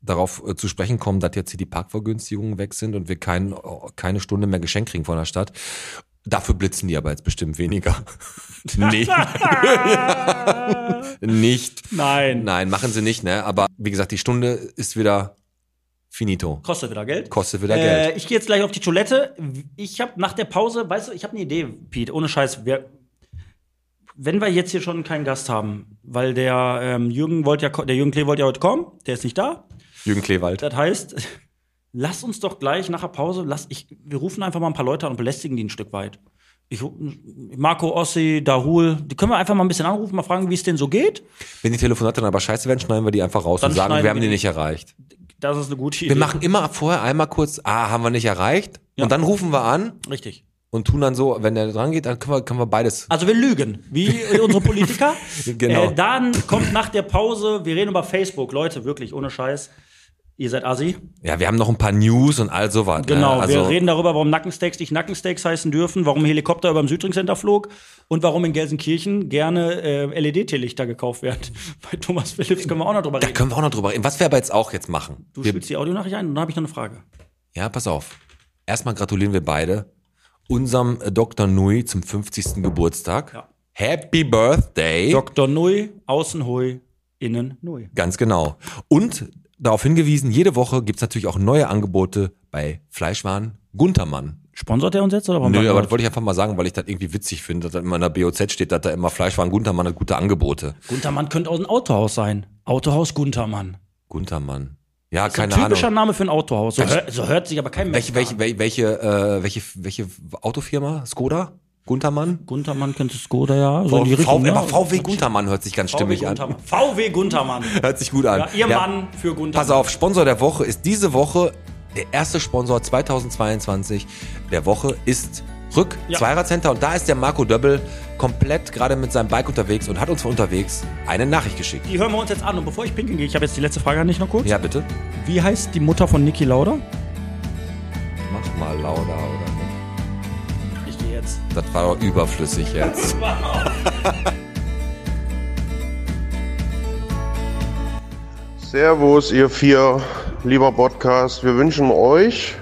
darauf äh, zu sprechen kommen, dass jetzt hier die Parkvergünstigungen weg sind und wir kein, keine Stunde mehr Geschenk kriegen von der Stadt. Dafür blitzen die aber jetzt bestimmt weniger. nicht. nicht.
Nein.
Nein, machen sie nicht, ne? Aber wie gesagt, die Stunde ist wieder finito.
Kostet wieder Geld.
Kostet wieder
äh,
Geld.
Ich gehe jetzt gleich auf die Toilette. Ich habe nach der Pause, weißt du, ich habe eine Idee, Pete, ohne Scheiß. Wir, wenn wir jetzt hier schon keinen Gast haben, weil der ähm, Jürgen wollte ja, ko- der Jürgen Klee wollte ja heute kommen, der ist nicht da.
Jürgen Kleewald.
Das heißt, lass uns doch gleich nach der Pause, lass ich, wir rufen einfach mal ein paar Leute an und belästigen die ein Stück weit. Ich, ru- Marco, Ossi, Dahul, die können wir einfach mal ein bisschen anrufen, mal fragen, wie es denen so geht.
Wenn die Telefonate dann aber scheiße werden, schneiden wir die einfach raus
Dann
und sagen,
schneiden
wir haben
wir
die
die.
nicht erreicht.
Das ist eine gute Idee.
Wir machen immer vorher einmal kurz, ah, haben wir nicht erreicht. Und dann rufen wir an
Richtig.
und tun dann so, wenn der dran geht, dann können wir, können wir beides.
Also wir lügen, wie unsere Politiker.
Genau.
Äh, dann kommt nach der Pause, wir reden über Facebook. Leute, wirklich, ohne Scheiß. Ihr seid assi.
Ja, wir haben noch ein paar News und all sowas.
Genau,
ne? also,
wir reden darüber, warum Nackensteaks nicht Nackensteaks heißen dürfen, warum ein Helikopter über dem Südring Center flog und warum in Gelsenkirchen gerne äh, LED-Teelichter gekauft werden. Bei Thomas Phillips können wir auch noch drüber
Da
reden.
können wir auch noch drüber reden. Was wir aber jetzt auch jetzt machen.
Du
Wir,
spielst die Audionachricht ein und dann habe ich noch eine Frage.
ja, pass auf. Erstmal gratulieren wir beide unserem äh, Dr. Nui zum 50. Geburtstag.
Ja.
Happy Birthday.
Dr. Nui, außen hui, innen Nui.
Ganz genau. Und darauf hingewiesen, jede Woche gibt's natürlich auch neue Angebote bei Fleischwaren Guntermann.
Sponsort er uns jetzt oder warum?
Nö,
macht er
aber
das?
das wollte ich einfach mal sagen, weil ich das irgendwie witzig finde, dass da immer in der BOZ steht, dass da immer Fleischwaren Guntermann hat gute Angebote.
Guntermann könnte aus dem Autohaus sein. Autohaus Guntermann.
Guntermann. Ja, keine
Typischer
Ahnung. Also
Name für ein Autohaus. So, hör, so hört sich aber kein Mensch
Welche, welche, welche,
an.
welche, äh, welche, welche Autofirma? Skoda? Guntermann?
Guntermann könnte Skoda ja. So in die
V-
Richtung.
V-
ne?
aber VW Guntermann hört sich ganz
VW
stimmig an.
Guntermann. VW Guntermann.
Hört sich gut an.
Ja, ihr Mann für Guntermann.
Pass auf, Sponsor der Woche ist diese Woche, der erste Sponsor 2022 der Woche ist Rück
Ja.
Zweirad Center und da ist der Marco Döbbel komplett gerade mit seinem Bike unterwegs und hat uns von unterwegs eine Nachricht geschickt.
Die hören wir uns jetzt an. Und bevor ich pinkeln gehe, ich habe jetzt die letzte Frage an dich noch kurz.
Ja, bitte.
Wie heißt die Mutter von Niki Lauda?
Mach mal lauter, oder?
Ich gehe jetzt.
Das war doch überflüssig jetzt.
Servus, ihr vier, lieber Podcast. Wir wünschen euch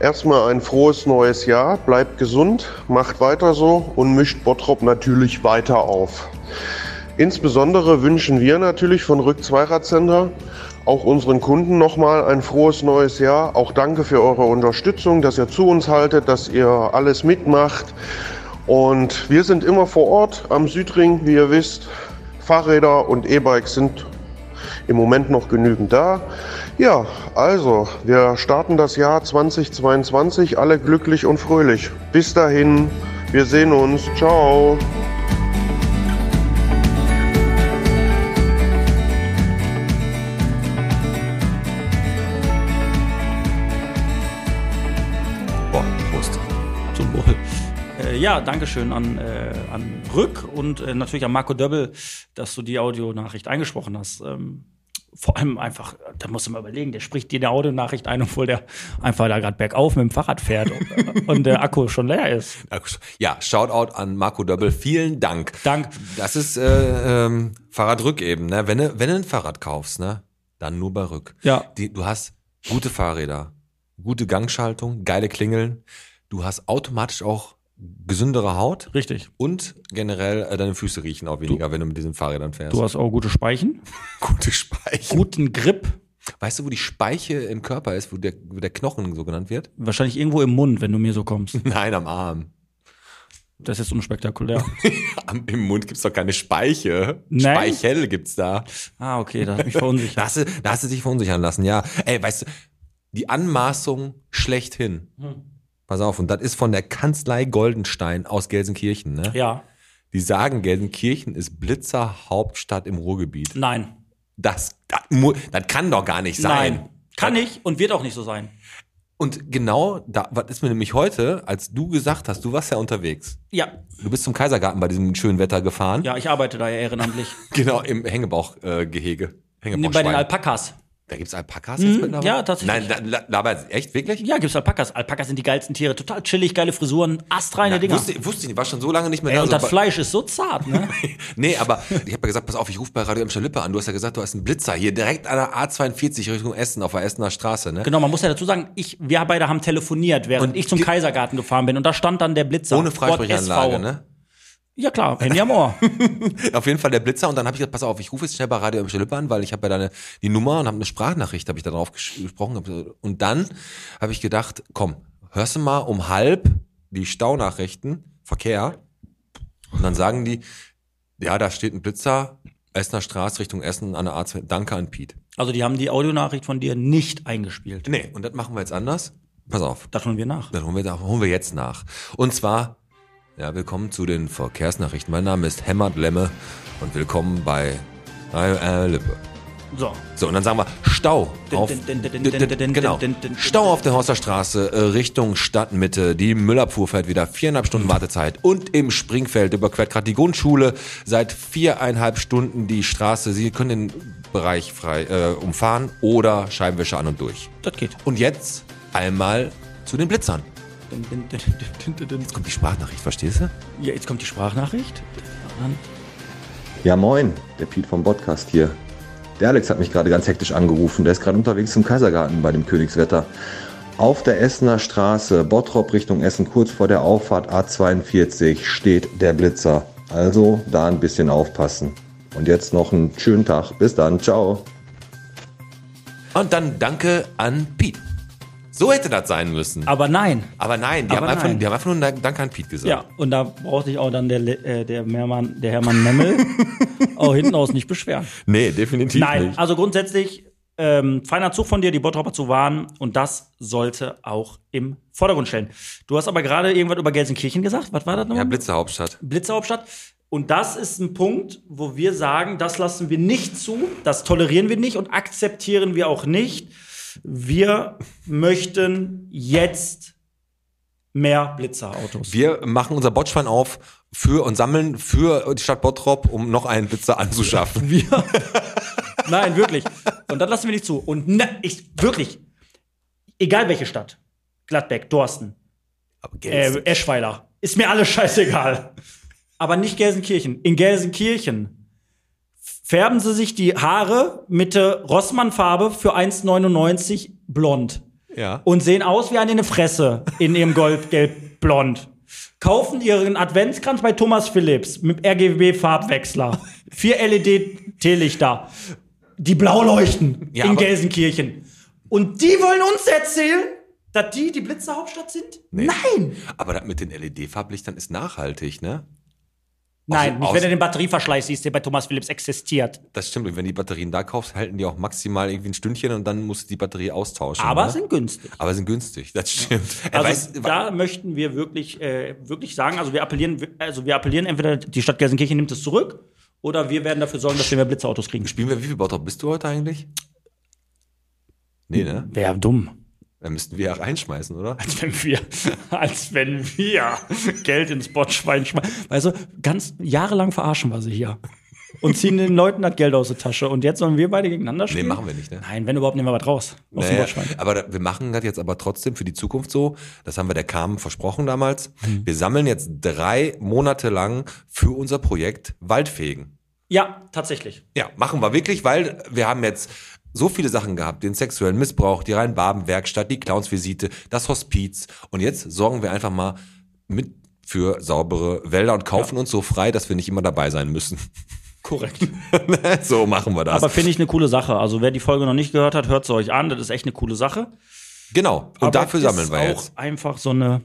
erstmal ein frohes neues Jahr. Bleibt gesund, macht weiter so und mischt Bottrop natürlich weiter auf. Insbesondere wünschen wir natürlich von Rück Zweirad Center Auch unseren Kunden nochmal ein frohes neues Jahr. Auch danke für eure Unterstützung, dass ihr zu uns haltet, dass ihr alles mitmacht. Und wir sind immer vor Ort am Südring, wie ihr wisst. Fahrräder und E-Bikes sind im Moment noch genügend da. Ja, also, wir starten das Jahr 2022 alle glücklich und fröhlich. Bis dahin, wir sehen uns. Ciao.
Boah, Prost. Zum Wohl.
Äh, ja, Dankeschön an, äh, an Rück und äh, natürlich an Marco Döbbel, dass du die Audionachricht eingesprochen hast. Ähm, vor allem einfach, da musst du mal überlegen, der spricht dir eine Audionachricht ein, obwohl der einfach da gerade bergauf mit dem Fahrrad fährt und, und der Akku schon leer ist.
Ja, Shoutout an Marco Döbbel. Vielen Dank.
Dank.
Das ist äh, ähm, Fahrradrück eben. Ne? Wenn, du- wenn du ein Fahrrad kaufst, ne, dann nur bei Rück.
Ja.
Die, du hast gute Fahrräder, gute Gangschaltung, geile Klingeln. Du hast automatisch auch gesündere Haut
Richtig.
und generell äh, deine Füße riechen auch weniger, wenn du mit diesen Fahrrädern fährst.
Du hast auch gute Speichen,
gute Speiche.
guten Grip,
Weißt du, wo die Speiche im Körper ist, wo der, wo der Knochen so genannt wird?
wahrscheinlich irgendwo im Mund, wenn du mir so kommst.
Nein, am Arm.
Das ist unspektakulär.
Am, Im Mund gibt's doch keine Speiche.
Nein.
Speichel gibt's da.
Ah, okay, da hat mich
Da
verunsichert.
hast, du, da hast du dich verunsichern lassen, ja. Ey, weißt du, die Anmaßung schlechthin.
Hm.
Pass auf, und das ist von der Kanzlei Goldenstein aus Gelsenkirchen, ne?
Ja,
Die sagen, Gelsenkirchen ist Blitzer Hauptstadt im Ruhrgebiet.
nein.
Das, das, mu- das kann doch gar nicht sein.
Nein. Kann nicht und wird auch nicht so sein.
Und genau da, was ist mir nämlich heute, als du gesagt hast, du warst ja unterwegs.
Ja,
Du bist zum Kaisergarten bei diesem schönen Wetter gefahren.
ja, ich arbeite da ja ehrenamtlich.
Genau, im Hängebauchgehege. Äh, Gehege.
Nee, bei den
Hängebauchschwein.
Alpakas.
Da gibt's Alpakas jetzt mittlerweile?
Mhm. ja, tatsächlich.
Nein, da, da, da, echt, wirklich?
Ja, gibt's Alpakas. Alpakas sind die geilsten Tiere. Total chillig, geile Frisuren, astreine
Na,
Dinger.
Wusste, wusste ich nicht, war schon so lange nicht mehr
Ey,
da.
und
so
das
bei-
Fleisch ist so zart, ne?
Nee, aber ich habe ja gesagt, pass auf, ich rufe bei Radio Amsterdam Lippe an. Du hast ja gesagt, du hast einen Blitzer hier direkt an der A42 Richtung Essen auf der Essener Straße, ne?
genau, man muss ja dazu sagen, ich, wir beide haben telefoniert, während
Und
ich zum
ge-
Kaisergarten gefahren bin. Und da stand dann der Blitzer.
Ohne
Gott, SV.
Freisprechanlage, ne?
Ja, klar, Handy am Ohr.
Auf jeden Fall der Blitzer und dann habe ich gesagt, pass auf, ich rufe jetzt schnell bei Radio Amsterdam Lippe an, weil ich habe ja deine die Nummer und habe eine Sprachnachricht, habe ich da drauf gesch- gesprochen hab so- und dann habe ich gedacht, komm, hörst du mal um halb die Staunachrichten, Verkehr und dann sagen die, ja, da steht ein Blitzer Essener Straße Richtung Essen an der A2. Danke an Piet.
Also, die haben die Audionachricht von dir nicht eingespielt.
Nee, und das machen wir jetzt anders. Pass auf.
Das holen wir nach.
Dann holen wir, da- holen wir jetzt nach. Und zwar, ja, willkommen zu den Verkehrsnachrichten. Mein Name ist Hemmert Lemme und willkommen bei äh, äh, Lippe.
So.
So, und dann sagen wir Stau
Din,
auf,
din, din, din,
din, din,
din, din,
genau,
din, din, din,
Stau auf der Horster Straße äh, Richtung Stadtmitte. Die Müllabfuhr fährt wieder viereinhalb Stunden Wartezeit. Und im Springfeld überquert gerade die Grundschule seit viereinhalb Stunden die Straße. Sie können den Bereich frei äh, umfahren oder Scheibenwischer an und durch.
Das geht.
Und jetzt einmal zu den Blitzern.
Din, din, din, din, din, din.
Jetzt kommt die Sprachnachricht, verstehst du?
Ja, jetzt kommt die Sprachnachricht.
Ja moin, der Piet vom Podcast hier. Der Alex hat mich gerade ganz hektisch angerufen. Der ist gerade unterwegs zum Kaisergarten bei dem Königswetter. Auf der Essener Straße, Bottrop Richtung Essen, kurz vor der Auffahrt A42, steht der Blitzer. Also da ein bisschen aufpassen. Und jetzt noch einen schönen Tag. Bis dann. Ciao.
Und dann danke an Piet. So hätte das sein müssen.
Aber nein.
Aber nein, die,
Aber
haben, Einfach,
nein.
die haben einfach nur ein Danke an Piet gesagt.
Ja, und da braucht sich auch dann der, Le- äh, der, Mehrmann, der Hermann Memmel auch hinten aus nicht beschweren.
Nee, definitiv
Nein,
nicht.
also grundsätzlich ähm, feiner Zug von dir, die Bottropper zu warnen und das sollte auch im Vordergrund stellen. Du hast aber gerade irgendwas über Gelsenkirchen gesagt. Was war das
Ja,
nochmal?
Blitzerhauptstadt.
Blitzerhauptstadt. Und das ist ein Punkt, wo wir sagen, das lassen wir nicht zu, das tolerieren wir nicht und akzeptieren wir auch nicht. Wir möchten jetzt mehr Blitzerautos.
Wir machen unser Botschwein auf für und sammeln für die Stadt Bottrop, um noch einen Blitzer anzuschaffen.
Wir. Nein, wirklich. Und das lassen wir nicht zu. Und ne, ich, wirklich, egal welche Stadt, Gladbeck, Dorsten,
Aber
äh, Eschweiler, ist mir alles scheißegal. Aber nicht Gelsenkirchen. In Gelsenkirchen färben sie sich die Haare mit der Rossmann-Farbe für 1,99 blond
ja.
und sehen aus wie eine in der Fresse in ihrem Goldgelb-Blond. Kaufen ihren Adventskranz bei Thomas Philips mit RGB-Farbwechsler. Vier LED-Teelichter. E die blau leuchten
Ja,
in
aber-
Gelsenkirchen. Und die wollen uns erzählen, dass die die Blitzerhauptstadt sind? Nein!
Aber das mit den LED-Farblichtern ist nachhaltig, ne?
Nein, nicht,
aus-
wenn du den Batterieverschleiß siehst, der bei Thomas Philips existiert.
Das stimmt. Und wenn die Batterien da kaufst, halten die auch maximal irgendwie ein Stündchen und dann musst du die Batterie austauschen.
Aber
ne?
sind günstig.
aber sind günstig. Das stimmt. Er
Also
weiß-
da möchten wir wirklich, äh, wirklich sagen, also wir appellieren, also wir appellieren entweder die Stadt Gelsenkirchen nimmt es zurück oder wir werden dafür sorgen, dass wir mehr Blitzerautos kriegen.
Spielen wir, wie viel Bottrop bist du heute eigentlich? Nee, ne?
Wäre dumm.
Dann müssten wir ja reinschmeißen, oder?
Als wenn wir, als wenn wir Geld ins Botschwein schmeißen. Weißt du, ganz jahrelang verarschen wir sie hier. Und ziehen den Leuten das Geld aus der Tasche. Und jetzt sollen wir beide gegeneinander
Nee,
spielen?
machen wir nicht, ne?
Nein, wenn überhaupt, nehmen wir was raus. Aus dem
Naja,
Botschwein.
aber da, wir machen das jetzt aber trotzdem für die Zukunft so. Das haben wir der Carmen versprochen damals. Wir sammeln jetzt drei Monate lang für unser Projekt Waldfegen.
Ja, tatsächlich.
Ja, machen wir wirklich, weil wir haben jetzt so viele Sachen gehabt. Den sexuellen Missbrauch, die Rhein-Baben-Werkstatt, die Clownsvisite, das Hospiz. Und jetzt sorgen wir einfach mal mit für saubere Wälder und kaufen uns so frei, dass wir nicht immer dabei sein müssen.
Korrekt.
so machen wir das.
Aber finde ich eine coole Sache. Also wer die Folge noch nicht gehört hat, hört sie euch an. Das ist echt eine coole Sache.
genau. Und
Aber
dafür
das
sammeln wir
ist
jetzt.
auch einfach so eine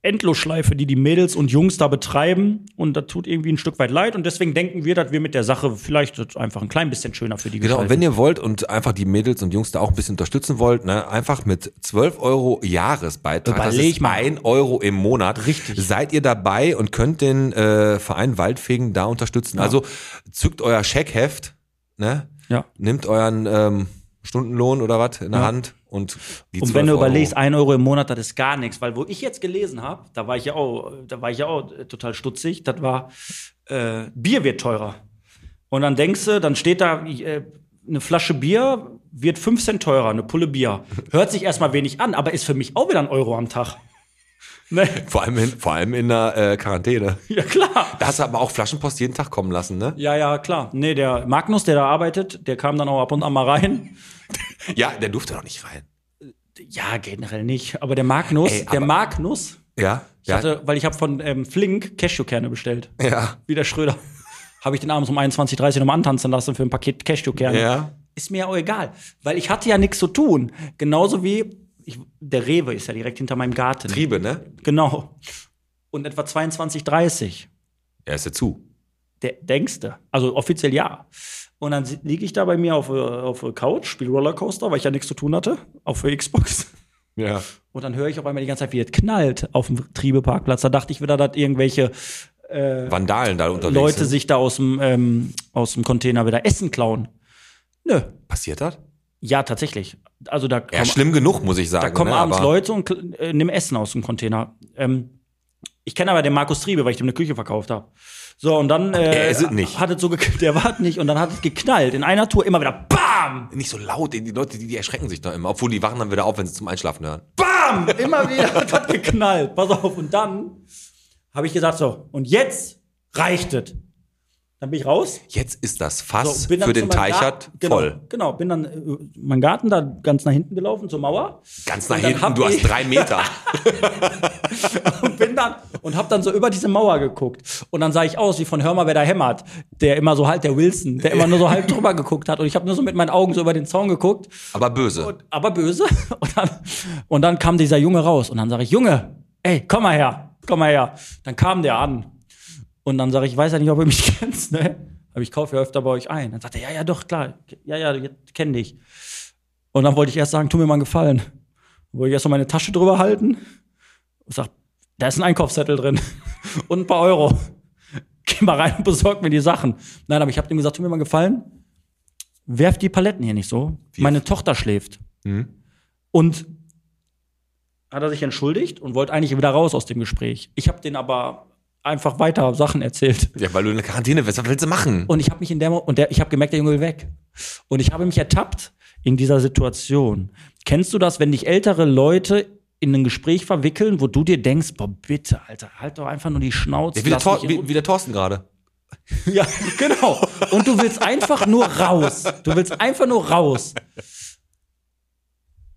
Endlosschleife, die die Mädels und Jungs da betreiben. Und das tut irgendwie ein Stück weit leid. Und deswegen denken wir, dass wir mit der Sache vielleicht das einfach ein klein bisschen schöner für die
Genau, und
gestalten.
wenn ihr wollt und einfach die Mädels und Jungs da auch ein bisschen unterstützen wollt, ne, einfach mit 12 Euro Jahresbeitrag,
Überleg
das ist
mal.
1 Euro im Monat, Richtig. seid ihr dabei und könnt den äh, Verein Waldfegen da unterstützen. Also zückt euer Scheckheft, ne,
Ja.
nehmt euren ähm, Stundenlohn oder was in der
Ja.
Hand und die
Und
12
wenn du
Euro.
überlegst, ein Euro im Monat, das ist gar nichts, weil wo ich jetzt gelesen habe, da war ich ja auch, da war ich ja auch äh, total stutzig, das war äh, Bier wird teurer. Und dann denkst du, dann steht da äh, eine Flasche Bier wird 5 Cent teurer, eine Pulle Bier. Hört sich erstmal wenig an, aber ist für mich auch wieder ein Euro am Tag. Ne?
vor allem in, vor allem in der äh, Quarantäne.
Ja, klar.
Da hast du aber auch Flaschenpost jeden Tag kommen lassen, ne?
Ja, ja, klar. Nee, der Magnus, der da arbeitet, der kam dann auch ab und an mal rein.
Ja, der durfte doch nicht rein.
Ja, generell nicht. Aber der Magnus,
Ey,
der
aber-
Magnus,
Ja,
ich hatte, weil ich habe von ähm, Flink Cashewkerne bestellt.
ja,
wie der Schröder. Habe ich den abends um 21.30 Uhr nochmal antanzen lassen für ein Paket Cashewkerne.
ja.
Ist mir ja auch egal, weil ich hatte ja nichts zu tun. Genauso wie ich, der Rewe ist ja direkt hinter meinem Garten.
Triebe, ne?
Genau. Und etwa 22.30 Uhr.
Er ist ja zu.
Der, denkst du? Also offiziell ja. Und dann liege ich da bei mir auf, äh, auf der Couch, spiele Rollercoaster, weil ich ja nichts zu tun hatte, auf der Xbox.
Ja.
Und dann höre ich auf einmal die ganze Zeit, wie es knallt auf dem Triebeparkplatz. Da dachte ich wieder, dass irgendwelche äh,
Vandalen da unterwegs
Leute
sind.
sich da aus dem, ähm, aus dem Container wieder Essen klauen. Nö.
Passiert das?
Ja, tatsächlich. Also da kommen,
Ja, schlimm genug, muss ich sagen.
da kommen
ne?
abends
aber
Leute und kl- äh, nehmen Essen aus dem Container. Ähm, ich kenne aber den Markus Triebe, weil ich dem eine Küche verkauft habe. So, und dann äh,
Er ist es nicht.
hat es so gek- der war es nicht und dann hat es geknallt. In einer Tour immer wieder BAM!
Nicht so laut, die Leute, die, die erschrecken sich da immer. Obwohl, die wachen dann wieder auf, wenn sie zum Einschlafen hören.
BAM! Immer wieder hat das geknallt. Pass auf. Und dann habe ich gesagt: So, und jetzt reicht es. Dann bin ich raus.
Jetzt ist das
So,
Fass
bin dann
für
zu
den
meinem
Teichert
Garten- genau,
voll.
Genau, bin dann äh, meinen Garten da ganz nach hinten gelaufen zur Mauer.
Ganz nach
Und dann
hinten,
hab
du hast
ich-
drei Meter.
und bin dann und hab dann so über diese Mauer geguckt und dann sah ich aus wie von Hör mal, wer da hämmert, der immer so halt der Wilson, der immer nur so halb drüber geguckt hat und ich habe nur so mit meinen Augen so über den Zaun geguckt,
aber böse.
aber böse und dann, und dann kam dieser Junge raus und dann sage ich Junge, ey, komm mal her, komm mal her. Dann kam der an und dann sage ich, weiß ja nicht, ob ihr mich kennt, ne? Aber ich kaufe ja öfter bei euch ein. Dann sagt er, ja, ja, doch, klar. Ja, ja, kenn dich. Und dann wollte ich erst sagen, tu mir mal einen Gefallen. Wollte ich erst mal meine Tasche drüber halten und sag, da ist ein Einkaufszettel drin und ein paar Euro. Geh mal rein und besorg mir die Sachen. Nein, aber ich habe dem gesagt, tu mir mal einen Gefallen, werf die Paletten hier nicht so. Meine Tochter schläft. Und hat er sich entschuldigt und wollte eigentlich wieder raus aus dem Gespräch. Ich habe den aber einfach weiter Sachen erzählt.
ja, weil du in der Quarantäne bist. Was willst du machen?
Und ich habe mich in der Mo- und der, ich habe gemerkt, der Junge will weg. Und ich habe mich ertappt in dieser Situation. Kennst du das, wenn dich ältere Leute in ein Gespräch verwickeln, wo du dir denkst, boah, bitte, Alter, halt doch einfach nur die Schnauze.
ja, wie, der
lass mich
Tor,
in Ruhe.
wie, wie der Thorsten gerade.
ja, genau. Und du willst einfach nur raus. Du willst einfach nur raus.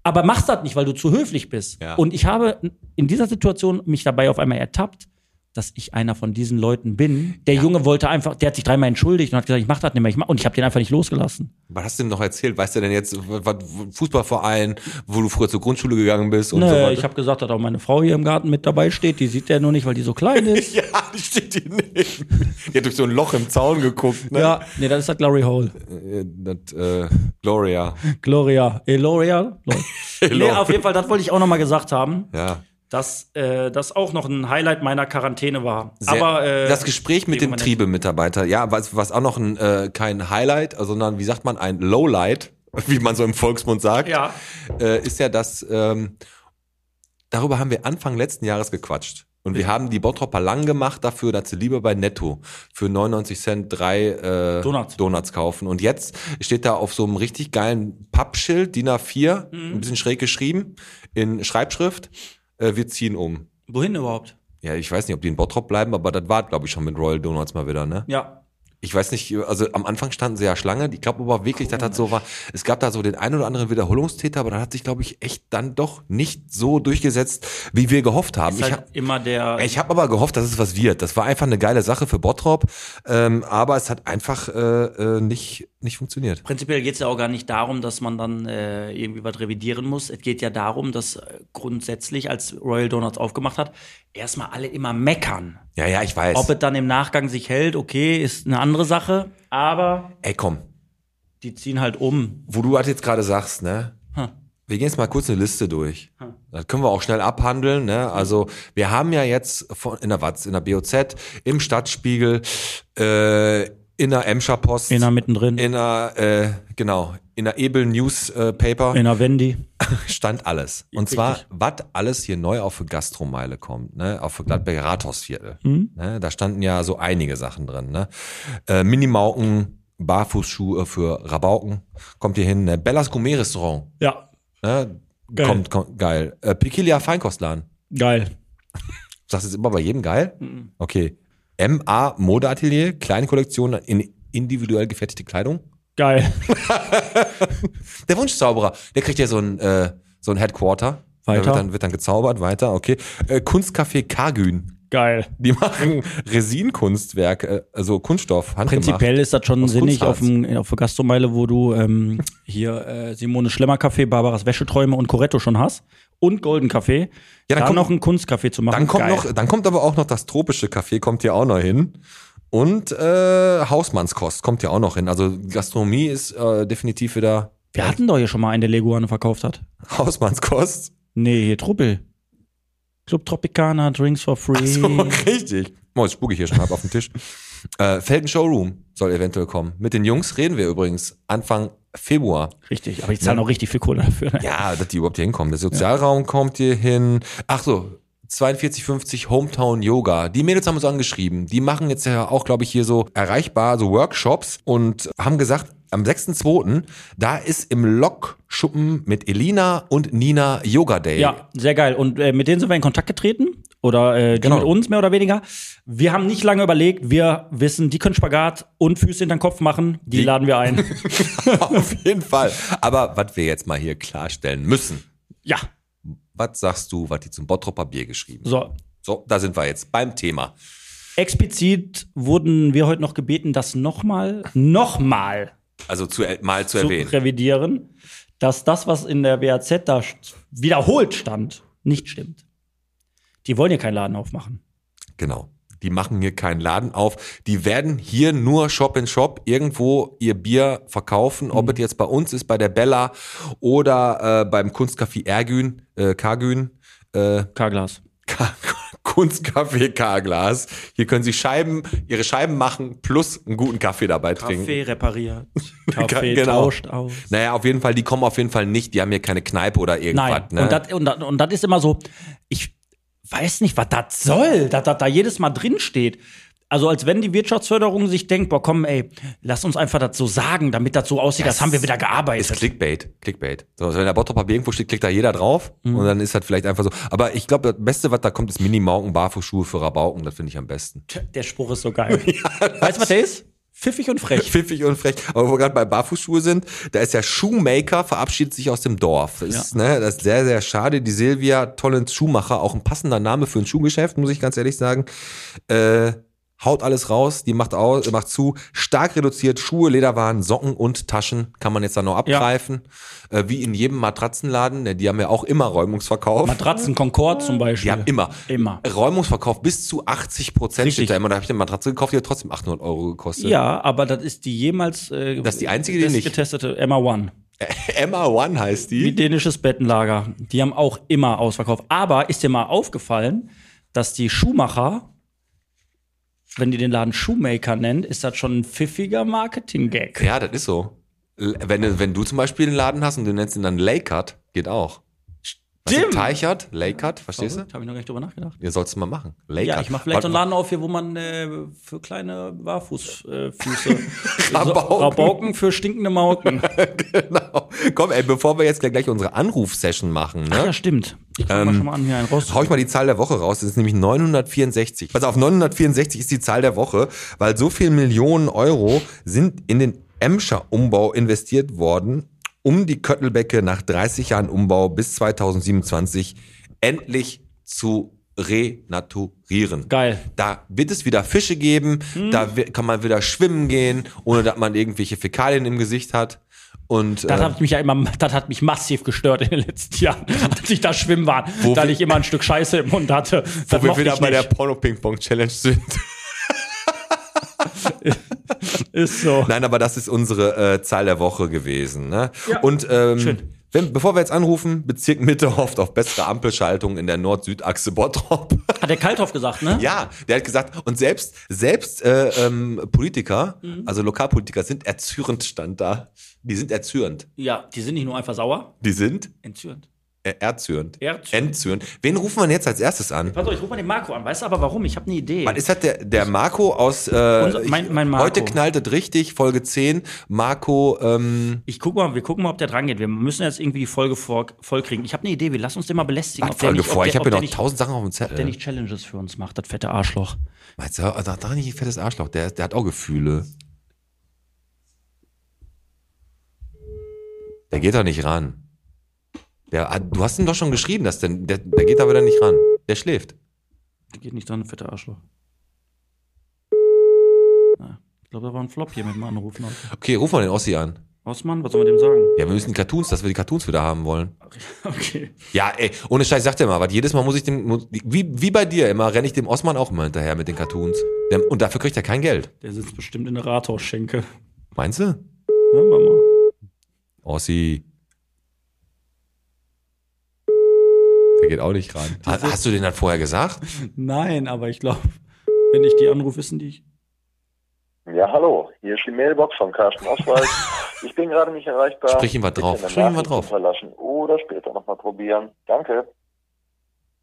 Aber machst das nicht, weil du zu höflich bist.
Ja.
Und ich habe in dieser Situation mich dabei auf einmal ertappt dass ich einer von diesen Leuten bin. Der Junge wollte einfach, der hat sich dreimal entschuldigt und hat gesagt, ich mach das nicht mehr. Ich mach, und ich habe den einfach nicht losgelassen.
Was hast du denn noch erzählt? Weißt du denn jetzt, was, was- Fußballverein, wo du früher zur Grundschule gegangen bist und so
Nö,
weiter?
Ne, ich habe gesagt, dass auch meine Frau hier im Garten mit dabei steht. Die sieht der nur nicht, weil die so klein ist.
ja, die steht hier nicht. Die hat durch so ein Loch im Zaun geguckt. Ne?
ja, nee, das ist das Glory Hole.
Äh, Das, äh, Gloria.
Gloria. Eloria? nee, auf jeden Fall, das wollte ich auch nochmal gesagt haben,
Ja.
dass äh, das auch noch ein Highlight meiner Quarantäne war.
Sehr-
Aber äh,
das Gespräch mit
gehen
dem
wir mal
Triebe-Mitarbeiter, ja, was, was auch noch ein, äh, kein Highlight, sondern wie sagt man, ein Lowlight, wie man so im Volksmund sagt,
Ja.
äh, ist ja das, ähm, darüber haben wir Anfang letzten Jahres gequatscht. Und wir haben die Bottropper lang gemacht dafür, dass sie lieber bei Netto für 99 Cent drei äh,
Donuts.
Donuts kaufen. Und jetzt steht da auf so einem richtig geilen Pappschild, DIN A4, ein bisschen schräg geschrieben, in Schreibschrift, äh, wir ziehen um.
Wohin überhaupt?
Ja, ich weiß nicht, ob die in Bottrop bleiben, aber das war, glaube ich, schon mit Royal Donuts mal wieder, ne?
Ja.
Ich weiß nicht, also am Anfang standen sie ja Schlange. Ich glaube aber wirklich, dass das so war. Es gab da so den einen oder anderen Wiederholungstäter, aber das hat sich, glaube ich, echt dann doch nicht so durchgesetzt, wie wir gehofft haben.
Ist
Ich
halt
hab-
immer der.
ich habe aber gehofft, dass es was wird. Das war einfach eine geile Sache für Bottrop, ähm, aber es hat einfach äh, äh, nicht, nicht funktioniert.
Prinzipiell geht es ja auch gar nicht darum, dass man dann äh, irgendwie was revidieren muss. Es geht ja darum, dass äh, grundsätzlich, als Royal Donuts aufgemacht hat, erstmal alle immer meckern.
Ja, ja, ich weiß.
Ob es dann im Nachgang sich hält, okay, ist eine andere Sache. Aber
Ey, komm,
die ziehen halt um.
wo du das jetzt gerade sagst, ne?
Hm.
Wir gehen jetzt mal kurz eine Liste durch. Das können wir auch schnell abhandeln.
Hm.
Ne? Also wir haben ja jetzt von, in der Watz, in der BOZ, im Stadtspiegel, äh, in der Emscher Post,
In der mittendrin, in,
in der, äh, genau, in der Ebel Newspaper
der Wendy.
stand alles. Und
Richtig.
zwar, was alles hier neu auf die Gastromeile kommt, ne? auf die Gladberger Rathausviertel.
Hm.
Ne? Da standen ja so einige Sachen drin. Ne? Äh, Minimauken, Barfußschuhe für Rabauken, kommt hier hin. Ne? Bellas Gourmet Restaurant,
Ja,
ne?
Geil.
Kommt, kommt, geil. Äh, Pikilia Feinkostladen.
geil.
Sagst du jetzt immer bei jedem geil? Okay. MA Modeatelier, kleine Kollektion in individuell gefertigte Kleidung.
Geil.
Der Wunschzauberer, der kriegt ja so ein, äh, so ein Headquarter.
Weiter.
Da wird dann, wird dann gezaubert, weiter, okay. Äh, Kunstcafé Kargün.
Geil.
Die machen Resinkunstwerk, äh, also Kunststoff, handgemacht.
Prinzipiell ist das schon
Aus halt.
sinnig auf,
Kunstharz.
dem, auf der Gastromeile, wo du ähm, hier äh, Simone Schlemmer Café, Barbaras Wäscheträume und Coretto schon hast und Golden Café.
Ja, dann
da
kommt-
noch einen Kunstcafé zu machen.
Dann kommt
Geil.
noch, dann kommt aber auch noch das tropische Café, kommt hier auch noch hin. Und äh, Hausmannskost kommt ja auch noch hin. Also Gastronomie ist äh, definitiv wieder
Wir hatten doch hier schon mal einen, der Leguane verkauft hat.
Hausmannskost.
Nee, hier Truppel. Club Tropicana, Drinks for Free.
So, richtig. Oh, jetzt spucke ich hier schon halb auf den Tisch. Äh, Felden Showroom soll eventuell kommen. Mit den Jungs reden wir übrigens Anfang Februar.
Richtig, aber ich zahle noch richtig viel Kohle dafür. Ne?
Ja, dass die überhaupt hier hinkommen. Der Sozialraum kommt hier hin. Ach so, 4250 Hometown Yoga. Die Mädels haben uns angeschrieben. Die machen jetzt ja auch, glaube ich, hier so erreichbar, so Workshops und haben gesagt, am 6.2., da ist im Lokschuppen mit Elina und Nina Yoga Day.
Ja, sehr geil. Und äh, mit denen sind wir in Kontakt getreten. Oder äh, die
Genau.
mit uns, mehr oder weniger. Wir haben nicht lange überlegt. Wir wissen, die können Spagat und Füße hinter den Kopf machen. Die,
Die-
laden wir ein.
Auf jeden Fall. Aber was wir jetzt mal hier klarstellen müssen.
ja,
Was sagst du, was die zum Bottropper Bier geschrieben haben?
so.
So, da sind wir jetzt beim Thema.
Explizit wurden wir heute noch gebeten, das nochmal, nochmal
Also zu, mal zu
zu
erwähnen.
revidieren, dass das, was in der WAZ da st- wiederholt stand, nicht stimmt. Die wollen hier keinen Laden aufmachen.
Genau. Die machen hier keinen Laden auf. Die werden hier nur Shop in Shop irgendwo ihr Bier verkaufen.
Mhm.
Ob es jetzt bei uns ist, bei der Bella oder äh, beim Kunstcafé Ergün, äh, Kargün, äh,
K-Glas.
Ka- Kunstcafé Karglas. Hier können sie Scheiben, ihre Scheiben machen plus einen guten Kaffee dabei trinken.
Kaffee repariert. Kaffee
Genau.
tauscht aus.
Naja, auf jeden Fall, die kommen auf jeden Fall nicht. Die haben hier keine Kneipe oder irgendwas.
Nein,
ne?
und das und dat, und dat ist immer so, ich weiß nicht, was das soll, dass das da jedes Mal drin steht. Also als wenn die Wirtschaftsförderung sich denkt, boah, komm, ey, lass uns einfach das so sagen, damit das so aussieht, das, haben wir wieder gearbeitet.
Ist Clickbait, Clickbait. So, also wenn der Bottrop Papier irgendwo steht, klickt da jeder drauf und dann ist das vielleicht einfach so. Aber ich glaube, das Beste, was da kommt, ist Mini-Mauken, Barfußschuhe für Rabauken. Das finde ich am besten.
Der Spruch ist so geil. weißt du, was der ist? Pfiffig und frech.
Pfiffig und frech. Aber wo wir gerade bei Barfußschuhe sind, da ist der Schuhmaker verabschiedet sich aus dem Dorf. Das, ist, ne, das ist sehr, sehr schade. Die Silvia Tollens Schuhmacher, auch ein passender Name für ein Schuhgeschäft, muss ich ganz ehrlich sagen. Äh, haut alles raus, die macht, au, macht zu. Stark reduziert, Schuhe, Lederwaren, Socken und Taschen kann man jetzt dann noch
Ja.
abgreifen. Äh, wie in jedem Matratzenladen, denn die haben ja auch immer Räumungsverkauf.
Matratzen Concorde zum Beispiel.
Die haben immer.
Immer.
Räumungsverkauf bis zu 80 Prozent
Richtig.
steht da immer. Da habe ich eine Matratze gekauft, die hat trotzdem 800 Euro gekostet.
Ja, aber das ist die jemals äh,
Das ist die einzige, die
best
nicht. Mhm.
getestete Emma One.
Emma One heißt
Wie
die.
dänisches Bettenlager. Die haben auch immer Ausverkauf. Aber ist dir mal aufgefallen, dass die Schuhmacher, wenn die den Laden Shoemaker nennt, ist das schon ein pfiffiger Marketing-Gag.
Ja, das ist so. L- Wenn, du- wenn du zum Beispiel einen Laden hast und du nennst ihn dann Lakert, geht auch. Weißt du,
Stimmt.
Teichert, Lakert, verstehst du?
Verrückt, Hab ich noch gar nicht drüber nachgedacht.
Ihr sollst es mal machen. Lakert.
Ja, ich mache vielleicht
Warte
einen
mal.
Laden auf hier, wo man äh, für kleine Barfußfüße, äh, Füße-
Rabauken.
Rabauken für stinkende Mauken.
Genau. Komm, ey, bevor wir jetzt gleich, gleich unsere Anruf-Session machen,
Ach ja,
ne?
stimmt. Ich guck mal schon mal an hier ein Ross.
Hau ich mal die Zahl der Woche raus, das ist nämlich 964. Pass auf, 964 ist die Zahl der Woche, weil so viel Millionen Euro sind in den Emscher Umbau investiert worden, um die Köttelbecke nach 30 Jahren Umbau bis 2027 endlich zu renaturieren.
Geil. Hm.
Da wird es wieder Fische geben, da wi- kann man wieder schwimmen gehen, ohne dass man irgendwelche Fäkalien im Gesicht hat. Und
Das
äh,
hat mich ja immer, das hat mich massiv gestört in den letzten Jahren, als ich da schwimmen war,
Wo
weil
wir-
ich immer ein Stück Scheiße im Mund hatte. Das
wo wir
mochte
wieder
ich
bei der
nicht.
Porno-Ping-Pong-Challenge sind.
ist so.
Nein, aber das ist unsere äh, Zahl der Woche gewesen. Ne? Und ähm, wenn, bevor wir jetzt anrufen, Bezirk Mitte hofft auf bessere Ampelschaltung in der Nord-Süd-Achse Bottrop.
Hat der Kalthoff gesagt, ne?
ja, der hat gesagt, und selbst, selbst äh, ähm, Politiker,
Mhm.
also Lokalpolitiker, sind erzürnt, stand da. Die sind erzürnt.
Ja, die sind nicht nur einfach sauer,
Die sind
entzürnt.
äh, erzürnt.
Erzürnt.
Entzürnt. Wen rufen wir denn jetzt als erstes an?
Pass auf, ich rufe mal den Marco an. Weißt du aber warum? Ich habe eine Idee.
Wann ist das der, der Marco aus äh,
Unser- mein- mein Marco.
Heute knalltet richtig, Folge 10. Marco, ähm,
Ich guck mal, wir gucken mal, ob der dran geht. Wir müssen jetzt irgendwie die Folge vor, voll kriegen. Ich habe eine Idee, wir lassen uns den mal belästigen.
hat
der
Folge
nicht-
vor.
der-
Ich habe
der
ja noch
nicht-
tausend Sachen auf dem
der
Zettel.
nicht Challenges für uns macht, das fette Arschloch.
Meinst du, sag doch nicht, fettes Arschloch, der, der hat auch Gefühle. Der geht da nicht ran. Der, hat- du hast ihm doch schon geschrieben, dass der, der, der geht da wieder nicht ran. Der schläft.
Der geht nicht dran, fette Arschloch. Na, ich glaube, da war ein Flop hier mit dem Anrufen. heute.
Okay, ruf mal den Ossi an.
Osman, was soll man dem sagen?
Ja, wir müssen Cartoons, dass wir die Cartoons wieder haben wollen.
Okay.
Ja, ey, ohne Scheiß, sag dir mal was. Jedes Mal muss ich dem, muss- wie, wie bei dir immer, renne ich dem Osman auch immer hinterher mit den Cartoons. Der- Und dafür kriegt er kein Geld.
Der sitzt bestimmt in der Rathausschenke.
Meinst du?
Hören wir mal.
Ossi. Der geht auch nicht ran. Ha- Hast du den dann vorher gesagt?
Nein, aber ich glaube, wenn ich die anrufe, wissen die ich.
Ja, hallo, hier ist die Mailbox von Carsten Oswald. Ich bin gerade nicht erreichbar.
Sprich ihm was
Bitte
drauf.
eine
Sprich ihm was
Nachricht
drauf.
Hinterlassen oder später nochmal probieren. Danke.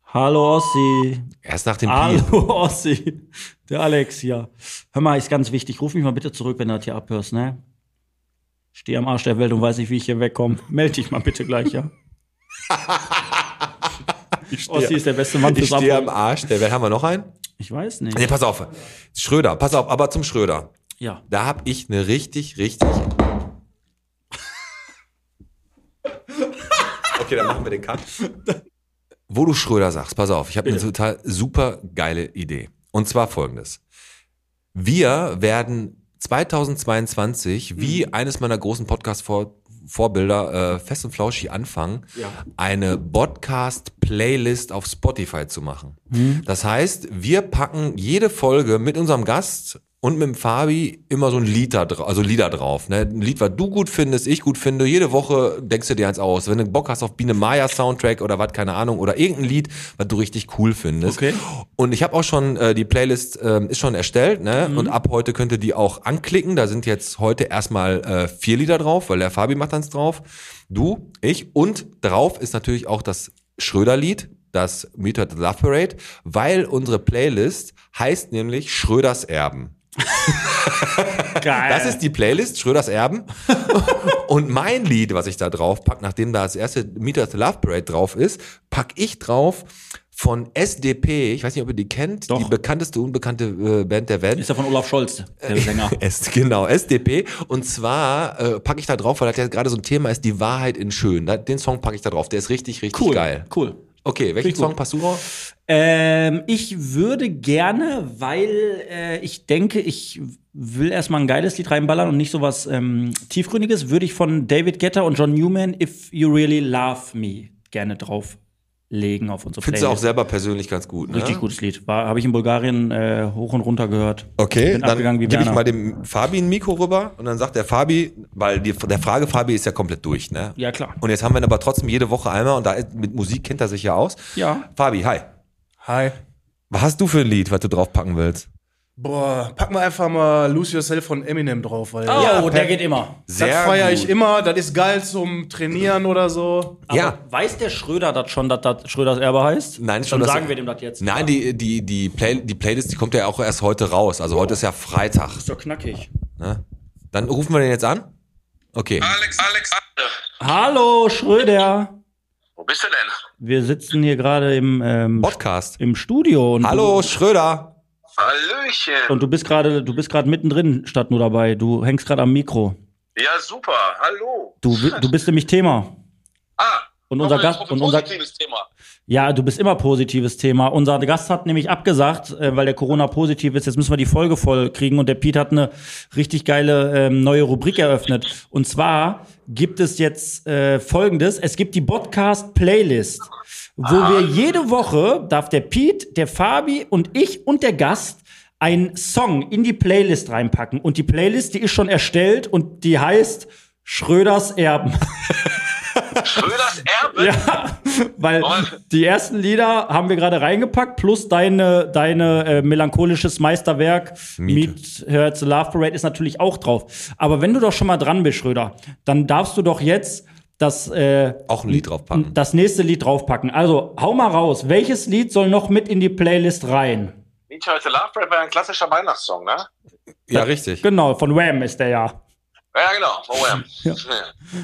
Hallo Ossi.
Erst nach dem
Ah,
Bier.
Hallo Ossi. Der Alex hier. Hör mal, ist ganz wichtig. Ruf mich mal bitte zurück, wenn du das hier abhörst, ne? Steh am Arsch der Welt und weiß nicht, wie ich hier wegkomme. Meld dich mal bitte gleich, ja? Ossi ist der beste Mann
Ich
fürs
stehe am
Abholen.
Arsch. Der, wer haben wir noch einen?
Ich weiß
Nee,
nicht.
pass auf. Schröder, pass auf, aber zum Schröder.
Ja.
Da hab ich eine richtig, richtig. okay, dann machen wir den Cut. Wo du Schröder sagst, pass auf, ich habe eine total super geile Idee. Und zwar folgendes. Wir werden 2022, wie eines meiner großen Podcast-Vorbilder, äh, Fest und Flauschi anfangen, eine Podcast-Playlist auf Spotify zu machen. Das heißt, wir packen jede Folge mit unserem Gast und mit dem Fabi immer so ein Lied da drauf, also Lieder drauf. Ne? Ein Lied, was du gut findest, ich gut finde. Jede Woche denkst du dir eins aus. Wenn du Bock hast auf Biene Maya Soundtrack oder was, keine Ahnung, oder irgendein Lied, was du richtig cool findest.
Okay.
Und ich habe auch schon, äh, die Playlist ähm, ist schon erstellt, ne? Und ab heute könnt ihr die auch anklicken. Da sind jetzt heute erstmal äh, vier Lieder drauf, weil der Fabi macht eins drauf. Du, ich und drauf ist natürlich auch das Schröder-Lied, das Meet at the Love Parade, weil unsere Playlist heißt nämlich Schröders Erben.
Geil.
Das ist die Playlist, Schröders Erben. und mein Lied, was ich da drauf pack, nachdem da das erste Meet at the Love Parade drauf ist, pack ich drauf von SDP, ich weiß nicht, ob ihr die kennt,
Doch.
die bekannteste unbekannte äh, Band der Welt.
Ist ja von Olaf Scholz, der Sänger.
S, genau, SDP. Und zwar äh, packe ich da drauf, weil das ja gerade so ein Thema ist, die Wahrheit in Schön. Da, den Song packe ich da drauf. Der ist richtig, richtig
Cool.
geil.
Cool.
Okay, welchen
Richtig gut.
Song passt du drauf?
Ähm, ich würde gerne, weil äh, ich denke, ich will erstmal ein geiles Lied reinballern und nicht sowas ähm, tiefgründiges, würde ich von David Guetta und John Newman If You Really Love Me gerne drauflegen auf unsere
Findest du auch
Playlist.
selber persönlich ganz gut, ne?
Richtig gutes Lied. Habe ich in Bulgarien äh, hoch und runter gehört.
Okay,
Bin
dann
abgegangen wie
gebe ich
Werner.
mal dem Fabi ein Mikro rüber und dann sagt der Fabi, weil die, der Frage Fabi ist ja komplett durch, ne?
Ja, klar.
Und jetzt haben wir ihn aber trotzdem jede Woche einmal und da ist- mit Musik kennt er sich ja aus.
Ja.
Fabi, hi.
Hi.
Was hast du für ein Lied, was du draufpacken willst?
Boah, pack mal einfach mal Lose Yourself von Eminem drauf, weil
Oh,
ja,
der geht immer.
das feiere ich immer. Das ist geil zum Trainieren oder so.
Ja.
Aber weiß der Schröder das schon, dass das Schröders Erbe heißt?
Nein, schon
Dann
das-
sagen wir dem das jetzt.
Nein, die, die, die, Play, die Playlist, die kommt ja auch erst heute raus. Also heute ist ja Freitag.
Ist doch knackig.
Ne? Dann rufen wir den jetzt an. Okay.
Alex, Alex,
Hallo, Schröder.
wo bist du denn?
Wir sitzen hier gerade im, ähm,
Podcast.
im Studio. Und
Hallo Schröder.
Hallöchen.
Und du bist gerade, du bist gerade mittendrin statt nur dabei. Du hängst gerade am Mikro.
Ja, super. Hallo.
Du, wi- du bist nämlich Thema.
Ah,
Und unser
noch
Gast-
ein
und unser-
positives Thema.
Ja, du bist immer positives Thema. Unser Gast hat nämlich abgesagt, äh, weil der Corona positiv ist. Jetzt müssen wir die Folge voll kriegen. Und der Piet hat eine richtig geile ähm, neue Rubrik eröffnet. Und zwar gibt es jetzt äh, Folgendes. Es gibt die Podcast-Playlist, wo wir jede Woche, darf der Piet, der Fabi und ich und der Gast einen Song in die Playlist reinpacken. Und die Playlist, die ist schon erstellt und die heißt Schröders Erben.
Schröders Erbe.
Ja, weil
Jawohl.
die ersten Lieder haben wir gerade reingepackt, plus deine, deine äh, melancholisches Meisterwerk Meet Her at the Love Parade ist natürlich auch drauf. Aber wenn du doch schon mal dran bist, Schröder, dann darfst du doch jetzt das, äh,
Auch ein Lied draufpacken.
das nächste Lied draufpacken. Also hau mal raus, welches Lied soll noch mit in die Playlist rein?
Meet Her at the Love Parade war ein klassischer Weihnachtssong, ne?
Ja, richtig.
Genau, von Wham ist der ja.
Ja, genau. Oh, ja.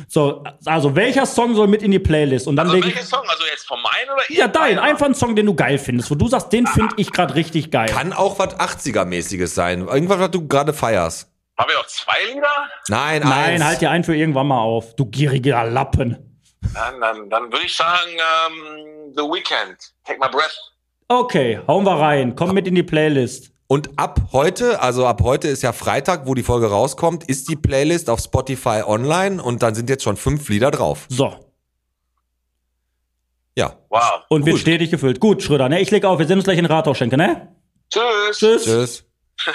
So, also welcher Song soll mit in die Playlist? Und dann
Also,
leg
welcher
ich,
Song? Also jetzt von meinen oder
ja, dein, einfach einen Song, den du geil findest, wo du sagst, den finde ich gerade richtig geil.
Kann auch was 80er-mäßiges sein. Irgendwas, was du gerade feierst.
Haben wir auch zwei Lieder?
Nein,
Nein,
eins.
halt dir einen für irgendwann mal auf, du gieriger Lappen.
Dann, dann, dann würde ich sagen, ähm, The Weeknd. Take my breath.
Okay, hauen wir rein. Komm mit in die Playlist.
Und ab heute, also ab heute ist ja Freitag, wo die Folge rauskommt, ist die Playlist auf Spotify online und dann sind jetzt schon fünf Lieder drauf.
So.
Ja.
Wow.
Und wird
Gut.
stetig gefüllt. Gut, Schröder, ne? Ich leg auf, wir sehen uns gleich in Rathauschenke, ne?
Tschüss.
Tschüss.
Tschüss.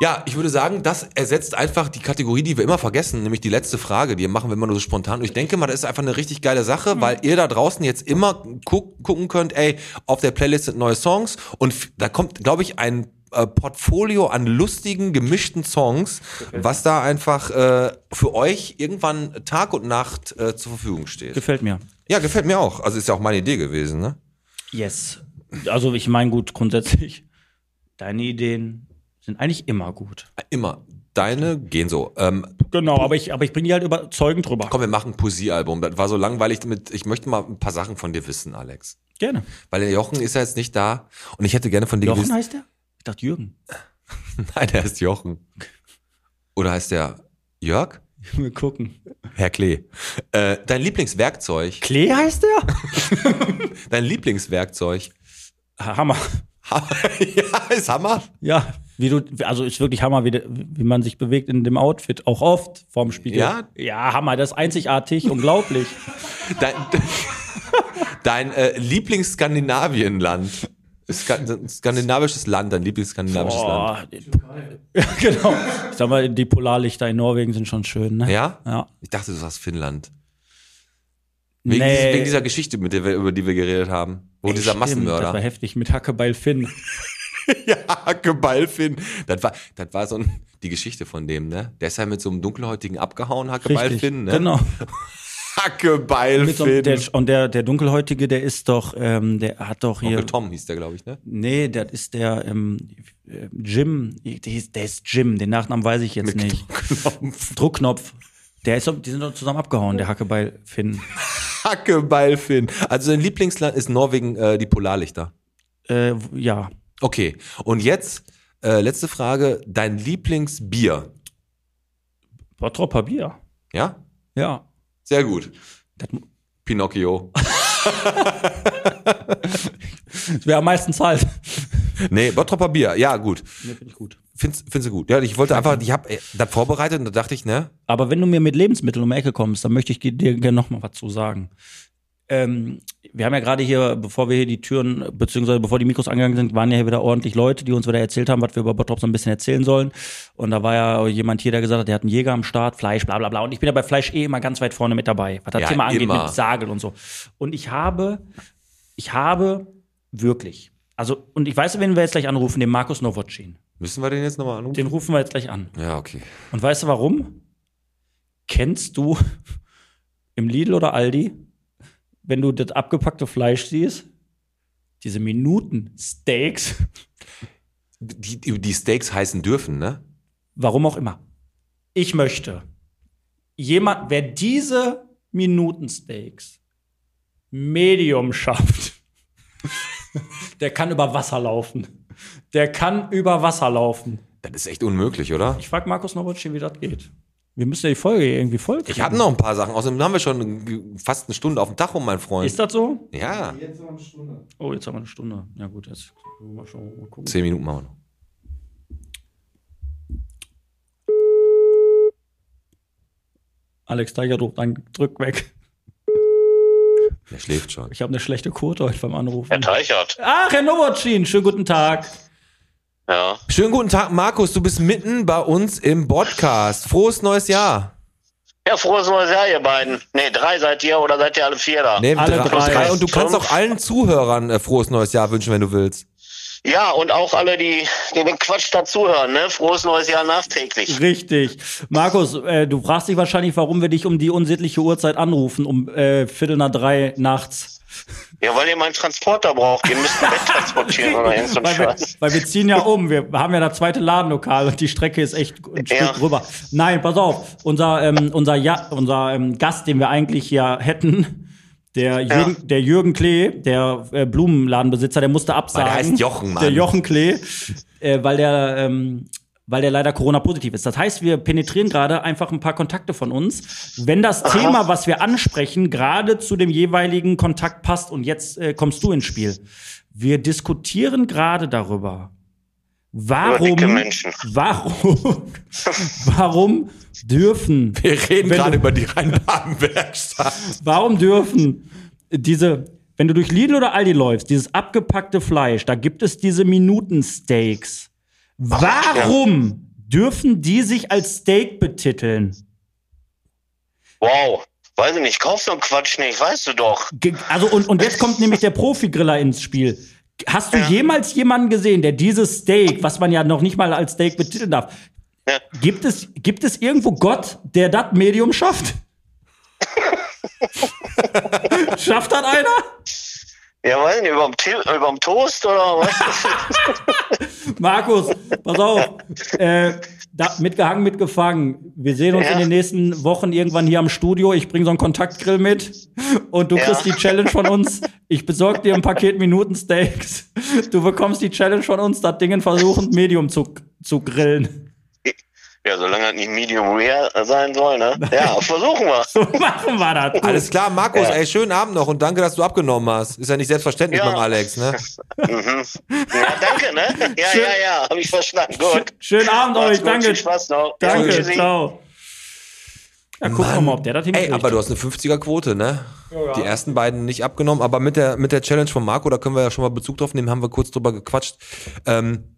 Ja, ich würde sagen, das ersetzt einfach die Kategorie, die wir immer vergessen, nämlich die letzte Frage, die machen wir immer nur so spontan. Und ich denke mal, das ist einfach eine richtig geile Sache, weil ihr da draußen jetzt immer guck, gucken könnt, ey, auf der Playlist sind neue Songs und f- da kommt, glaube ich, ein äh, Portfolio an lustigen, gemischten Songs, was da einfach äh, für euch irgendwann Tag und Nacht äh, zur Verfügung steht.
Gefällt mir.
Ja, gefällt mir auch. Also ist ja auch meine Idee gewesen, ne?
Yes. Also, ich meine, gut, grundsätzlich, deine Ideen sind eigentlich immer gut.
Immer. Deine gehen so. Ähm,
Genau, aber ich, aber ich bin die halt überzeugend drüber.
Komm, wir machen ein Poesiealbum. Das war so langweilig mit. Ich möchte mal ein paar Sachen von dir wissen, Alex.
Gerne.
Weil der Jochen ist ja jetzt nicht da und ich hätte gerne von dir
Jochen
gewusst.
heißt der? Ich dachte Jürgen.
Nein, der heißt Jochen. Oder heißt der Jörg?
Wir gucken.
Herr Klee. Äh, dein Lieblingswerkzeug.
Klee heißt der?
Dein Lieblingswerkzeug.
Ha- Hammer.
Ha- ja, ist Hammer.
Ja. Wie du, also ist wirklich Hammer, wie, de, wie man sich bewegt in dem Outfit, auch oft vorm Spiegel.
Ja?
Ja, Hammer, das ist einzigartig, unglaublich.
Dein, dein äh, Lieblingsskandinavienland. Ska- Skandinavisches Land, dein Lieblingsskandinavisches Land.
Boah, ja, genau. Ich sag mal, die Polarlichter in Norwegen sind schon schön, ne?
Ja?
Ja.
Ich dachte, du sagst Finnland. Wegen,
Nee.
dieses, wegen dieser Geschichte, mit der wir, über die wir geredet haben. Wo dieser
Stimmt, Das war
Massenmörder.
heftig mit Hackebeil Finn.
Ja, Hackeballfinn. Das war, das war so ein, die Geschichte von dem, ne? Der ist ja mit so einem dunkelhäutigen abgehauen,
Richtig.
Hackeballfinn, ne?
Genau. Mit so, einem-
Hackeballfinn.
der, und der, der Dunkelhäutige, der ist doch, ähm, der hat doch hier.
Onkel Tom hieß der, glaube ich, ne?
Nee, das ist der ähm, äh, Jim. Der ist, der ist Jim. Den Nachnamen weiß ich jetzt nicht. Druckknopf. Der ist, doch- die sind doch zusammen abgehauen, der Hackebeil Finn.
Hackebeil, Finn. Also dein Lieblingsland ist Norwegen, äh, die Polarlichter.
Äh, w- ja.
Okay. Und jetzt, äh, letzte Frage, dein Lieblingsbier.
Bottropper Bier.
Ja?
Ja.
Sehr gut.
Das
Pinocchio.
wäre am meisten Zeit.
Nee, Bottropper Bier. Ja, gut.
Nee, finde ich gut.
Find's, find's du gut. Ja, ich wollte einfach, ich habe das vorbereitet und da dachte ich, ne?
Aber wenn du mir mit Lebensmitteln um die Ecke kommst, dann möchte ich dir gerne noch mal was zu sagen. Ähm, wir haben ja gerade hier, bevor wir hier die Türen, beziehungsweise bevor die Mikros angegangen sind, waren ja hier wieder ordentlich Leute, die uns wieder erzählt haben, was wir über Bottrop so ein bisschen erzählen sollen. Und da war ja jemand hier, der gesagt hat, der hat einen Jäger am Start, Fleisch, bla bla bla. Und ich bin ja bei Fleisch eh immer ganz weit vorne mit dabei, was das
Ja,
Thema angeht,
immer.
mit Sagel und so. Und ich habe, ich habe wirklich, also, und ich weiß, wen wir jetzt gleich anrufen, den Markus Nowotschin.
Müssen wir den jetzt nochmal anrufen?
Den rufen wir jetzt gleich an.
Ja, okay.
Und weißt du warum? Kennst du im Lidl oder Aldi, wenn du das abgepackte Fleisch siehst, diese Minuten Steaks,
Die, die die Steaks heißen dürfen, ne?
warum auch immer. Ich möchte jemand, wer diese Minuten Steaks Medium schafft, der kann über Wasser laufen. Der kann über Wasser laufen.
Das ist echt unmöglich, oder?
Ich frage Markus Nowotny, wie das geht. Wir müssen ja die Folge hier irgendwie voll.
Ich habe noch ein paar Sachen. Außerdem haben wir schon fast eine Stunde auf dem Tacho, mein Freund.
Ist das so?
Ja,
Oh, jetzt haben wir eine Stunde. Ja gut, jetzt mal schauen, mal gucken.
zehn Minuten machen wir noch.
Alex Tiger ruft dann drück weg.
Der schläft schon.
Ich habe eine schlechte Quote heute beim
Herr
Anrufen.
Teichert.
Ach, Herr Nowotschin, schönen guten Tag.
Ja.
Schönen guten Tag, Markus. Du bist mitten bei uns im Podcast. Frohes neues Jahr.
Ja, frohes neues Jahr, ihr beiden. Ne, drei seid ihr oder seid ihr alle vier da?
Nee,
Alle
drei.
drei.
Und du kannst auch allen Zuhörern äh, frohes neues Jahr wünschen, wenn du willst.
Ja, und auch alle, die, die den Quatsch dazuhören, ne? Frohes neues Jahr nachträglich.
Richtig. Markus, äh, du fragst dich wahrscheinlich, warum wir dich um die unsittliche Uhrzeit anrufen, um äh, Viertel nach drei nachts.
Ja, weil ihr meinen Transporter braucht. Ihr müsst ein Bett transportieren oder irgend so ein
Weil wir,
Scheiß.
weil wir ziehen ja um. Wir haben ja das zweite Ladenlokal und die Strecke ist echt ein Stück
Ja.
drüber. Nein, pass auf. Unser, ähm, unser, ja unser ähm, Gast, den wir eigentlich hier hätten, der Jürgen, der Jürgen Klee, der äh, Blumenladenbesitzer, der musste absagen.
der heißt Jochen, Mann.
Der Jochen Klee, äh, weil der. Ähm, weil der leider Corona-positiv ist. Das heißt, wir penetrieren gerade einfach ein paar Kontakte von uns. Wenn das Thema, was wir ansprechen, gerade zu dem jeweiligen Kontakt passt und jetzt äh, kommst du ins Spiel. Wir diskutieren gerade darüber,
Über dicke
warum,
Menschen.
warum, warum dürfen,
Wir reden
Wenn
gerade
du-
über die Rheinbaden-Werkstatt.
warum dürfen diese, wenn du durch Lidl oder Aldi läufst, dieses abgepackte Fleisch, da gibt es diese Minutensteaks. Warum dürfen die sich als Steak betiteln?
Wow. Weiß ich nicht, kauf so einen Quatsch nicht, weißt du doch.
Ge- Also, und, und jetzt kommt nämlich der Profi-Griller ins Spiel. Hast du jemals jemanden gesehen, der dieses Steak, was man ja noch nicht mal als Steak betiteln darf,
Ja.
gibt es, gibt es irgendwo Gott, der das Medium schafft? schafft das einer?
Ja, weiß ich nicht, überm, Til- überm Toast oder was?
Markus, pass auf. Äh, da, mitgehangen, mitgefangen. Wir sehen uns
Ja.
in den nächsten Wochen irgendwann hier am Studio. Ich bringe so einen Kontaktgrill mit und du
Ja.
kriegst die Challenge von uns. Ich besorge dir ein Paket Minutensteaks. Du bekommst die Challenge von uns, das Ding versuchen, Medium zu, zu grillen.
ja, solange das nicht Medium Rare sein soll, ne? Ja, versuchen wir.
So machen wir das.
Alles klar, Markus, ey, schönen Abend noch und danke, dass du abgenommen hast. Ist ja nicht selbstverständlich
Ja.
beim Alex, ne?
Mhm. Ja, danke, ne? Ja,
Schön.
ja, ja, habe ich verstanden. Gut.
Schönen Abend
Macht's
euch.
gut,
Danke.
Viel Spaß noch.
Danke.
Ja, tschüssi.
Ciao. Ja, guck doch mal, ob der das hinkriegt.
Ey, aber du hast eine 50er-Quote, ne? Die ersten beiden nicht abgenommen, aber mit der, mit der Challenge von Marco, da können wir ja schon mal Bezug drauf nehmen, haben wir kurz drüber gequatscht. Ähm,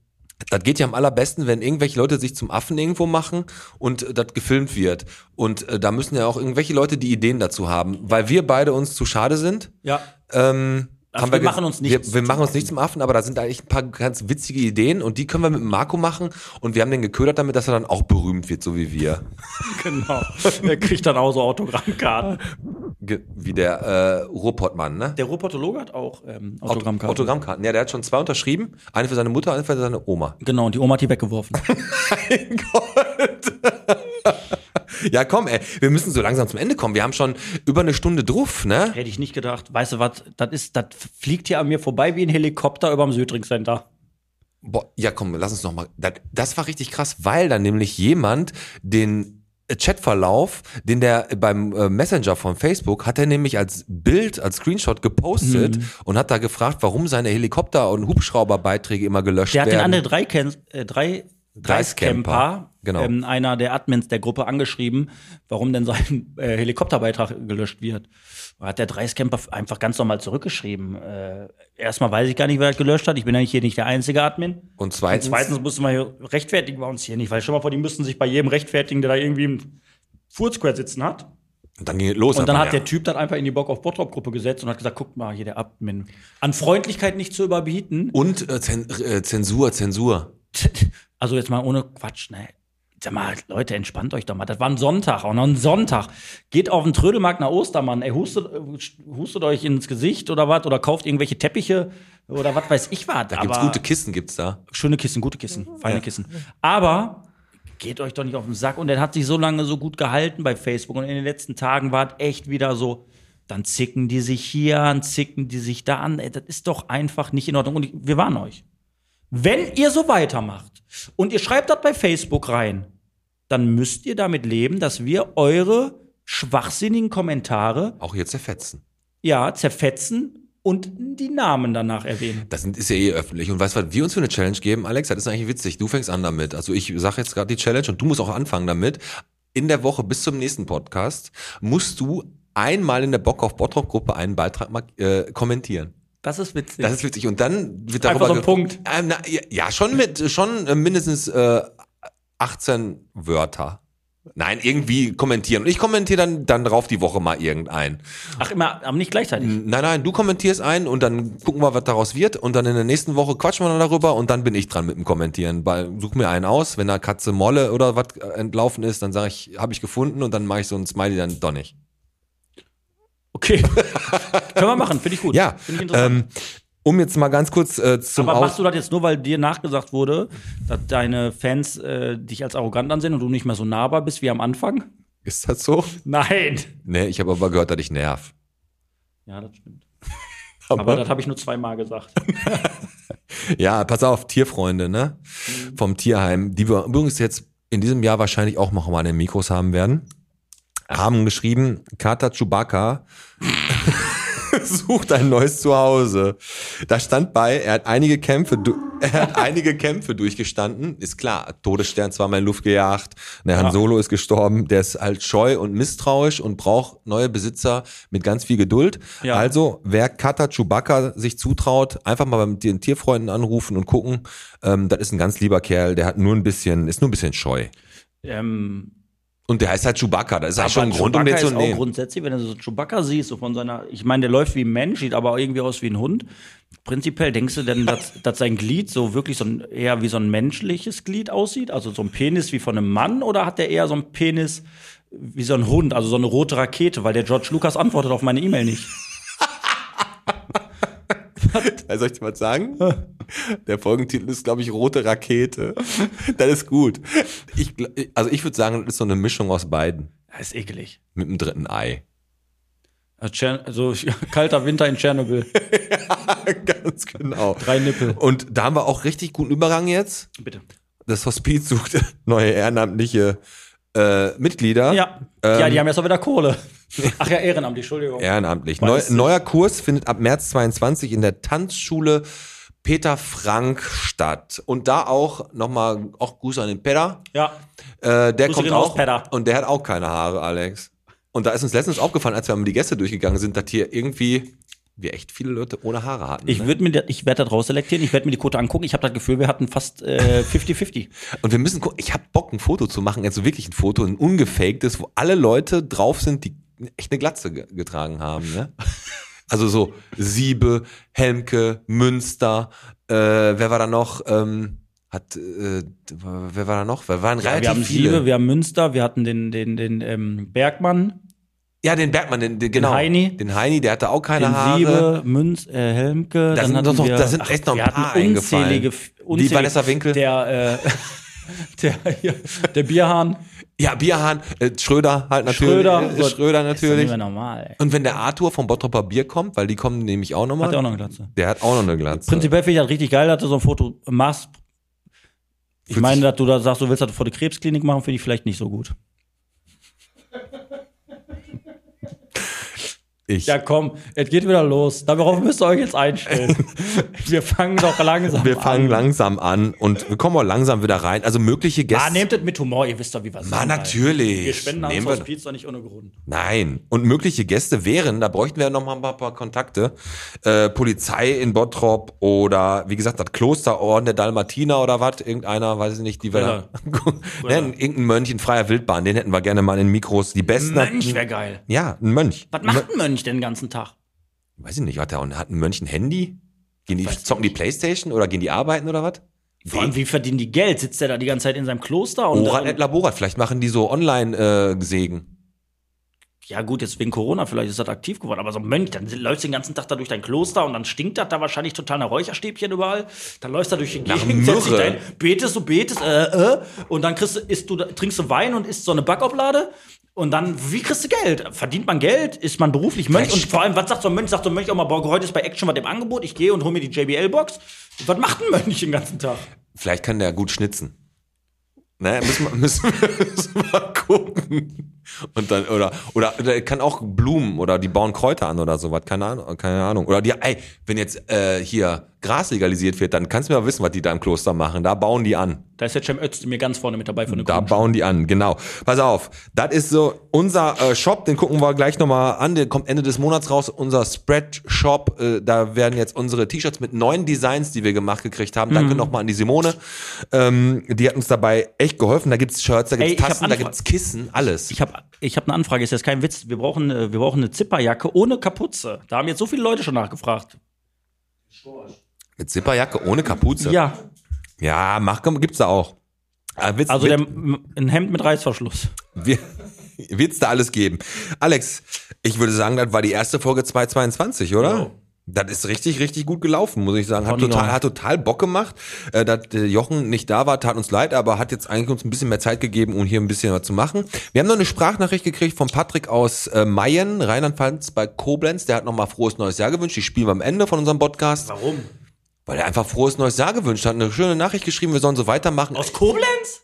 das geht ja am allerbesten, wenn irgendwelche Leute sich zum Affen irgendwo machen und äh, das gefilmt wird. Und äh, da müssen ja auch irgendwelche Leute die Ideen dazu haben, weil wir beide uns zu schade sind.
ja.
Ähm,
Also
haben
wir
ge-
machen uns nicht
Wir, wir
zum
machen uns
Affen.
nicht zum Affen, aber da sind eigentlich ein paar ganz witzige Ideen und die können wir mit Marco machen und wir haben den geködert damit, dass er dann auch berühmt wird, so wie wir.
Genau. Der kriegt dann auch so Autogrammkarten.
Ge wie der äh, Ruhrpottmann, ne?
Der Robotologe hat auch ähm,
Aut-
Autogrammkarten.
Autogrammkarten. Ja, der hat schon zwei unterschrieben. Eine für seine Mutter, eine für seine Oma.
Genau, und die Oma hat die weggeworfen.
Gott. Ja, komm, ey, wir müssen so langsam zum Ende kommen. Wir haben schon über eine Stunde drauf, ne?
Hätte ich nicht gedacht. Weißt du was? Das ist, das fliegt hier an mir vorbei wie ein Helikopter überm Südring Center.
Boah, ja, komm, lass uns nochmal. Das, das war richtig krass, weil dann nämlich jemand den äh, Chatverlauf, den der beim äh, Messenger von Facebook, hat er nämlich als Bild, als Screenshot gepostet
Mhm.
und hat da gefragt, warum seine Helikopter- und Hubschrauberbeiträge immer gelöscht
Der hat den
werden.
anderen drei, Ken- äh, drei
Dreiscamper,
Dreiscamper,
genau.
ähm, einer der Admins der Gruppe, angeschrieben, warum denn sein äh, Helikopterbeitrag gelöscht wird. Und Hat der Dreiscamper einfach ganz normal zurückgeschrieben. Äh, erstmal weiß ich gar nicht, wer das gelöscht hat. Ich bin eigentlich hier nicht der einzige Admin.
und zweitens,
Zweitens müssen wir hier rechtfertigen bei uns hier nicht, weil schon mal vor, die müssen sich bei jedem rechtfertigen, der da irgendwie im Foursquare sitzen hat.
dann ging es los.
Und dann
einfach,
hat
ja.
der Typ dann einfach in die Bock auf Bottrop-Gruppe gesetzt und hat gesagt, guckt mal hier der Admin. An Freundlichkeit nicht zu überbieten.
und äh, Zen äh, Zensur, Zensur.
Also jetzt mal ohne Quatsch, ne? Sag mal, Leute, entspannt euch doch mal. Das war ein Sonntag, auch noch ein Sonntag. Geht auf den Trödelmarkt nach Ostermann. Ey, hustet, hustet euch ins Gesicht oder was? Oder kauft irgendwelche Teppiche oder was weiß ich was.
Da gibt's
Aber-
gute Kisten, gibt's da.
Schöne Kissen, gute Kissen, feine Kissen. Aber geht euch doch nicht auf den Sack. Und er hat sich so lange so gut gehalten bei Facebook. Und in den letzten Tagen war es echt wieder so, dann zicken die sich hier an, zicken die sich da an. Ey, das ist doch einfach nicht in Ordnung. Und ich- wir warnen euch. Wenn ihr so weitermacht und ihr schreibt das bei Facebook rein, dann müsst ihr damit leben, dass wir eure schwachsinnigen Kommentare
Auch hier zerfetzen.
ja zerfetzen und die Namen danach erwähnen.
Das sind- ist ja eh öffentlich. Und weißt du, was wir uns für eine Challenge geben, Alex? Das ist eigentlich witzig. Du fängst an damit. Also ich sage jetzt gerade die Challenge und du musst auch anfangen damit. In der Woche bis zum nächsten Podcast musst du einmal in der Bock auf Bottrop-Gruppe einen Beitrag mark- äh, kommentieren.
Das ist witzig.
Das ist witzig. Und dann wird darüber
Einfach so ein
ge-
Punkt.
Ähm, na, ja, ja, schon mit schon äh, mindestens äh, 18 Wörter. Nein, irgendwie kommentieren. Und ich kommentiere dann, dann drauf die Woche mal irgendeinen.
Ach, immer, aber nicht gleichzeitig.
Nein, nein, du kommentierst ein und dann gucken wir, was daraus wird. Und dann in der nächsten Woche quatschen wir dann darüber und dann bin ich dran mit dem Kommentieren. Weil, such mir einen aus, wenn da Katze Molle oder was äh, entlaufen ist, dann sage ich, habe ich gefunden und dann mache ich so ein Smiley dann doch nicht.
Okay. Können wir machen, finde ich gut.
Ja,
Finde ich interessant.
ähm, um jetzt mal ganz kurz äh, zum
Aber
Aus...
machst du das jetzt nur, weil dir nachgesagt wurde, dass deine Fans äh, dich als arrogant ansehen und du nicht mehr so nahbar bist wie am Anfang?
Ist das so?
Nein.
Nee, ich habe aber gehört, dass ich nerv.
Ja, das stimmt. Aber, das habe ich nur zweimal gesagt.
Ja, pass auf, Tierfreunde, ne?
Mhm.
Vom Tierheim, die wir übrigens jetzt in diesem Jahr wahrscheinlich auch noch mal an den Mikros haben werden, haben geschrieben, Kata Chewbacca sucht ein neues Zuhause. Da stand bei, er hat einige Kämpfe, du er hat einige Kämpfe durchgestanden, ist klar, Todesstern zweimal in Luft gejagt, ne, Han Solo ist gestorben, der ist halt scheu und misstrauisch und braucht neue Besitzer mit ganz viel Geduld.
Ja.
Also also, wer Kata Chewbacca sich zutraut, einfach mal bei den Tierfreunden anrufen und gucken. Ähm, das ist ein ganz lieber Kerl, der hat nur ein bisschen, ist nur ein bisschen scheu.
Ähm,
Und der heißt halt Chewbacca, das ist halt schon ein
aber
Grund, um den
Chewbacca
zu
ist auch
nehmen.
grundsätzlich, wenn du so Chewbacca siehst, so von seiner, ich meine, der läuft wie ein Mensch, sieht aber irgendwie aus wie ein Hund. Prinzipiell denkst du denn, dass, dass sein Glied so wirklich so ein, eher wie so ein menschliches Glied aussieht? Also so ein Penis wie von einem Mann oder hat der eher so ein Penis wie so ein Hund, also so eine rote Rakete, weil der George Lucas antwortet auf meine E-Mail nicht.
Soll ich dir was sagen? Der Folgentitel ist, glaube ich, Rote Rakete. Das ist gut. Ich, gl- also ich würde sagen, das ist so eine Mischung aus beiden.
Das ist ekelig.
Mit dem dritten Ei.
Also kalter Winter in Tschernobyl.
Ganz genau.
Drei Nippel.
Und da haben wir auch richtig guten Übergang jetzt.
Bitte.
Das Hospiz sucht neue ehrenamtliche äh, Mitglieder.
Ja.
Ähm,
ja, die haben jetzt auch wieder Kohle. Ah, Ach ja, ehrenamtlich, Entschuldigung.
Ehrenamtlich. Neu,
Weiß ich.
neuer Kurs findet ab März 22 in der Tanzschule Peter Frank statt. Und da auch nochmal, auch Gruß an den Peter.
Ja.
Äh, der
Grüße
kommt
gehen raus,
auch.
Peter.
Und der hat auch keine Haare, Alex. Und da ist uns letztens aufgefallen, als wir mal die Gäste durchgegangen sind, dass hier irgendwie wir echt viele Leute ohne Haare hatten.
Ich,
ne?
würd mir, da- ich werde das rausselektieren, ich werde mir die Quote angucken. Ich habe das Gefühl, wir hatten fast äh, 50-50.
Und wir müssen gucken, ich habe Bock, ein Foto zu machen, also wirklich ein Foto, ein ungefakedes, wo alle Leute drauf sind, die echt eine Glatze ge- getragen haben. Ne? Also so Siebe, Helmke, Münster, äh, wer war da noch? Ähm, hat, äh, wer war da noch? Wir waren
wir
relativ
haben
viele.
Siebe, wir haben Münster, wir hatten den, den, den ähm, Bergmann,
ja, den Bergmann, den, den, genau.
Heini.
Den Heini, der hatte auch keine
den
Haare.
Siebe, Münz, äh, Helmke.
Da sind
hatten
doch noch-
wir-
da sind echt noch ein
wir hatten
paar eingefallen.
unzählige,
Die Vanessa Winkel.
Der, äh, der, der Bierhahn.
Ja, Bierhahn, äh, Schröder halt natürlich.
Schröder,
äh, Schröder
Nicht
natürlich.
mehr normal, ey.
Und wenn der Arthur vom Bottropper Bier kommt, weil die kommen nämlich auch nochmal.
Hat der auch noch eine Glatze?
Der hat auch noch eine Glatze.
Prinzipiell finde ich das richtig geil, dass du so ein Foto machst. Ich
Fühlt
meine,
sich-
dass du da sagst, du willst das vor der Krebsklinik machen, finde ich vielleicht nicht so gut.
ich.
Ja, komm, es geht wieder los. Darauf müsst ihr euch jetzt einstellen. Wir fangen doch langsam
wir fangen
an.
langsam an und wir kommen auch langsam wieder rein. Also mögliche Gäste.
Ah, nehmt das mit Humor, ihr wisst doch, wie was
Ah, natürlich.
Wir spenden
Nehmen
ans
wir-
Hospiz doch nicht ohne Grund.
Nein. Und mögliche Gäste wären, da bräuchten wir noch mal ein paar, paar Kontakte, äh, Polizei in Bottrop oder wie gesagt, das Klosterorden der Dalmatiner oder was, irgendeiner, weiß ich nicht, die wir nennen, irgendein Mönch in freier Wildbahn, den hätten wir gerne mal in Mikros, die besten.
Mönch wäre geil.
Ja, ein Mönch.
Was macht ein Mönch denn den ganzen Tag?
Weiß ich nicht, hat, der, hat ein Mönch ein Handy? Gehen die, zocken die Playstation oder gehen die arbeiten oder was?
Vor allem, wie verdienen die Geld? Sitzt der da die ganze Zeit in seinem Kloster? Und
Oran et Laborat, vielleicht machen die so äh, Online-Sägen.
ja gut, jetzt wegen Corona vielleicht ist das aktiv geworden, aber so ein Mönch, dann läufst du den ganzen Tag da durch dein Kloster und dann stinkt das da wahrscheinlich total nach Räucherstäbchen überall. Dann läufst du da durch die
Nach
Gegend, setzt dich
Myrrhe.
dahin, betest du, betest, äh, äh, und dann kriegst du, isst du, trinkst du Wein und isst so eine Backoblade. Und dann, wie kriegst du Geld? Verdient man Geld? Ist man beruflich Mönch? Und
Vielleicht-
vor allem, was sagt so ein Mönch? Sagt so ein Mönch auch mal, boah, heute ist bei Action was im Angebot, ich gehe und hole mir die JBL-Box. Was macht ein Mönch den ganzen Tag?
Vielleicht kann der gut schnitzen. Ne, müssen wir, müssen wir, müssen wir gucken. Und dann, oder, oder, oder er kann auch Blumen oder die bauen Kräuter an oder sowas, keine Ahnung, keine Ahnung. Oder die, ey, wenn jetzt äh, hier Gras legalisiert wird, dann kannst du mir mal wissen, was die da im Kloster machen. Da bauen die an.
Da ist der Cem Özdemir ganz vorne mit dabei von der
Da bauen die an, genau. Pass auf, das ist so unser äh, Shop, den gucken wir gleich nochmal an, der kommt Ende des Monats raus, unser Spread-Shop, äh, da werden jetzt unsere T-Shirts mit neuen Designs, die wir gemacht gekriegt haben,
Mhm.
danke nochmal an die Simone, ähm, die hat uns dabei echt geholfen, da gibt's Shirts, da gibt's
Ey, ich hab
Tassen, da
Anfra-
gibt's Kissen, alles.
Ich habe ich hab eine Anfrage, ist jetzt kein Witz. Wir brauchen, äh, wir brauchen eine Zipperjacke ohne Kapuze. Da haben jetzt so viele Leute schon nachgefragt.
Mit Zipperjacke, ohne Kapuze.
Ja,
ja mach, gibt's da auch. Äh, wird's-
also
wird-
der, m- ein Hemd mit Reißverschluss.
Wir, wird's da alles geben. Alex, ich würde sagen, das war die erste Folge 222, oder? Das ist richtig, richtig gut gelaufen, muss ich sagen. Hat
Conny
total,
noch.
hat total Bock gemacht. Äh, dass äh, Jochen nicht da war, tat uns leid, aber hat jetzt eigentlich uns ein bisschen mehr Zeit gegeben, um hier ein bisschen was zu machen. Wir haben noch eine Sprachnachricht gekriegt von Patrick aus äh, Mayen, Rheinland-Pfalz bei Koblenz. Der hat nochmal frohes neues Jahr gewünscht. Die spielen wir am Ende von unserem Podcast. Warum? Weil er einfach frohes neues Jahr gewünscht hat. Eine schöne Nachricht geschrieben, wir sollen so weitermachen.
Aus Koblenz?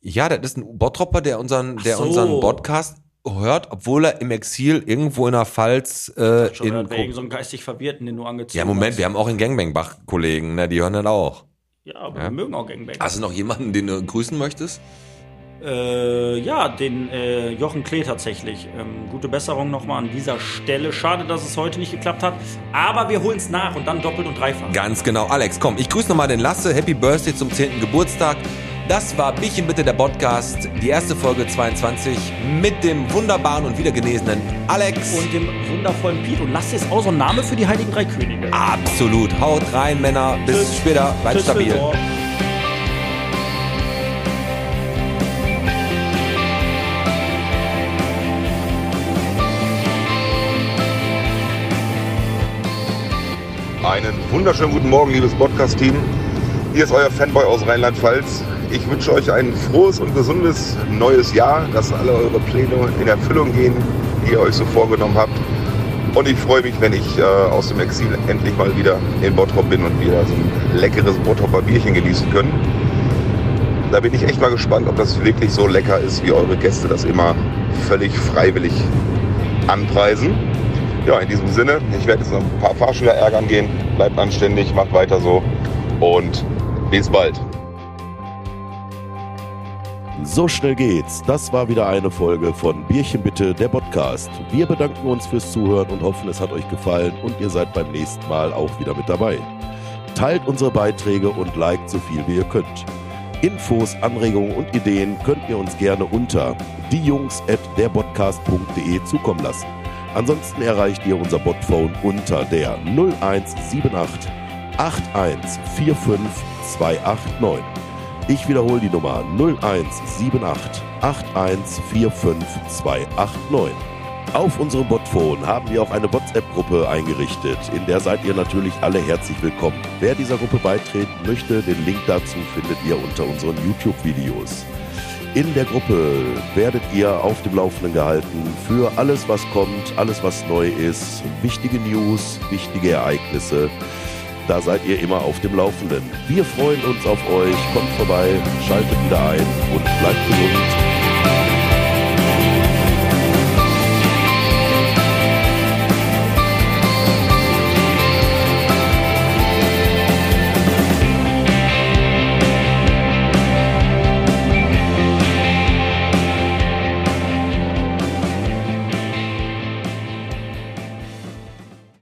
Ja, das ist ein Bottropper, der unseren, der
so.
unseren Podcast hört, obwohl er im Exil irgendwo in der Pfalz äh,
Schon
in.
wieder wegen
Ko-
so einem geistig Verwirrten, den du angezogen
Ja, Moment,
hast.
wir haben auch einen Gangbang-Bach-Kollegen, ne, die hören das auch.
Ja, aber wir mögen auch Gangbang.
Hast du noch jemanden, den du grüßen möchtest?
Äh, ja, den äh, Jochen Klee tatsächlich. Ähm, gute Besserung nochmal an dieser Stelle. Schade, dass es heute nicht geklappt hat. Aber wir holen es nach und dann doppelt und dreifach.
Ganz genau. Alex, komm, ich grüße nochmal den Lasse. Happy Birthday zum 10. Geburtstag. Das war Bierchen bitte der Podcast, die erste Folge 22 mit dem wunderbaren und wiedergenesenen Alex.
Und dem wundervollen Piet. Und lass jetzt auch so einen Name für die Heiligen Drei Könige.
Absolut. Haut rein, Männer. Bis
Tschüss.
später. Bleibt
Tschüss,
stabil.
Tschüss.
Einen wunderschönen guten Morgen, liebes Podcast-Team. Hier ist euer Fanboy aus Rheinland-Pfalz. Ich wünsche euch ein frohes und gesundes neues Jahr, dass alle eure Pläne in Erfüllung gehen, die ihr euch so vorgenommen habt. Und ich freue mich, wenn ich äh, aus dem Exil endlich mal wieder in Bottrop bin und wieder so ein leckeres Bottroper Bierchen genießen können. Da bin ich echt mal gespannt, ob das wirklich so lecker ist, wie eure Gäste das immer völlig freiwillig anpreisen. Ja, in diesem Sinne, ich werde jetzt noch ein paar Fahrschüler ärgern gehen. Bleibt anständig, macht weiter so und bis bald.
So schnell geht's. Das war wieder eine Folge von Bierchen bitte, der Podcast. Wir bedanken uns fürs Zuhören und hoffen, es hat euch gefallen und ihr seid beim nächsten Mal auch wieder mit dabei. Teilt unsere Beiträge und liked so viel wie ihr könnt. Infos, Anregungen und Ideen könnt ihr uns gerne unter diejungs@derpodcast.de zukommen lassen. Ansonsten erreicht ihr unser Botphone unter der 0178 8145289. Ich wiederhole die Nummer 0178 8145289. Auf unserem Botphone haben wir auch eine WhatsApp-Gruppe eingerichtet, in der seid ihr natürlich alle herzlich willkommen. Wer dieser Gruppe beitreten möchte, den Link dazu findet ihr unter unseren YouTube-Videos. in der Gruppe werdet ihr auf dem Laufenden gehalten für alles, was kommt, alles, was neu ist, wichtige News, wichtige Ereignisse. Da seid ihr immer auf dem Laufenden. Wir freuen uns auf euch. Kommt vorbei, schaltet wieder ein und bleibt gesund.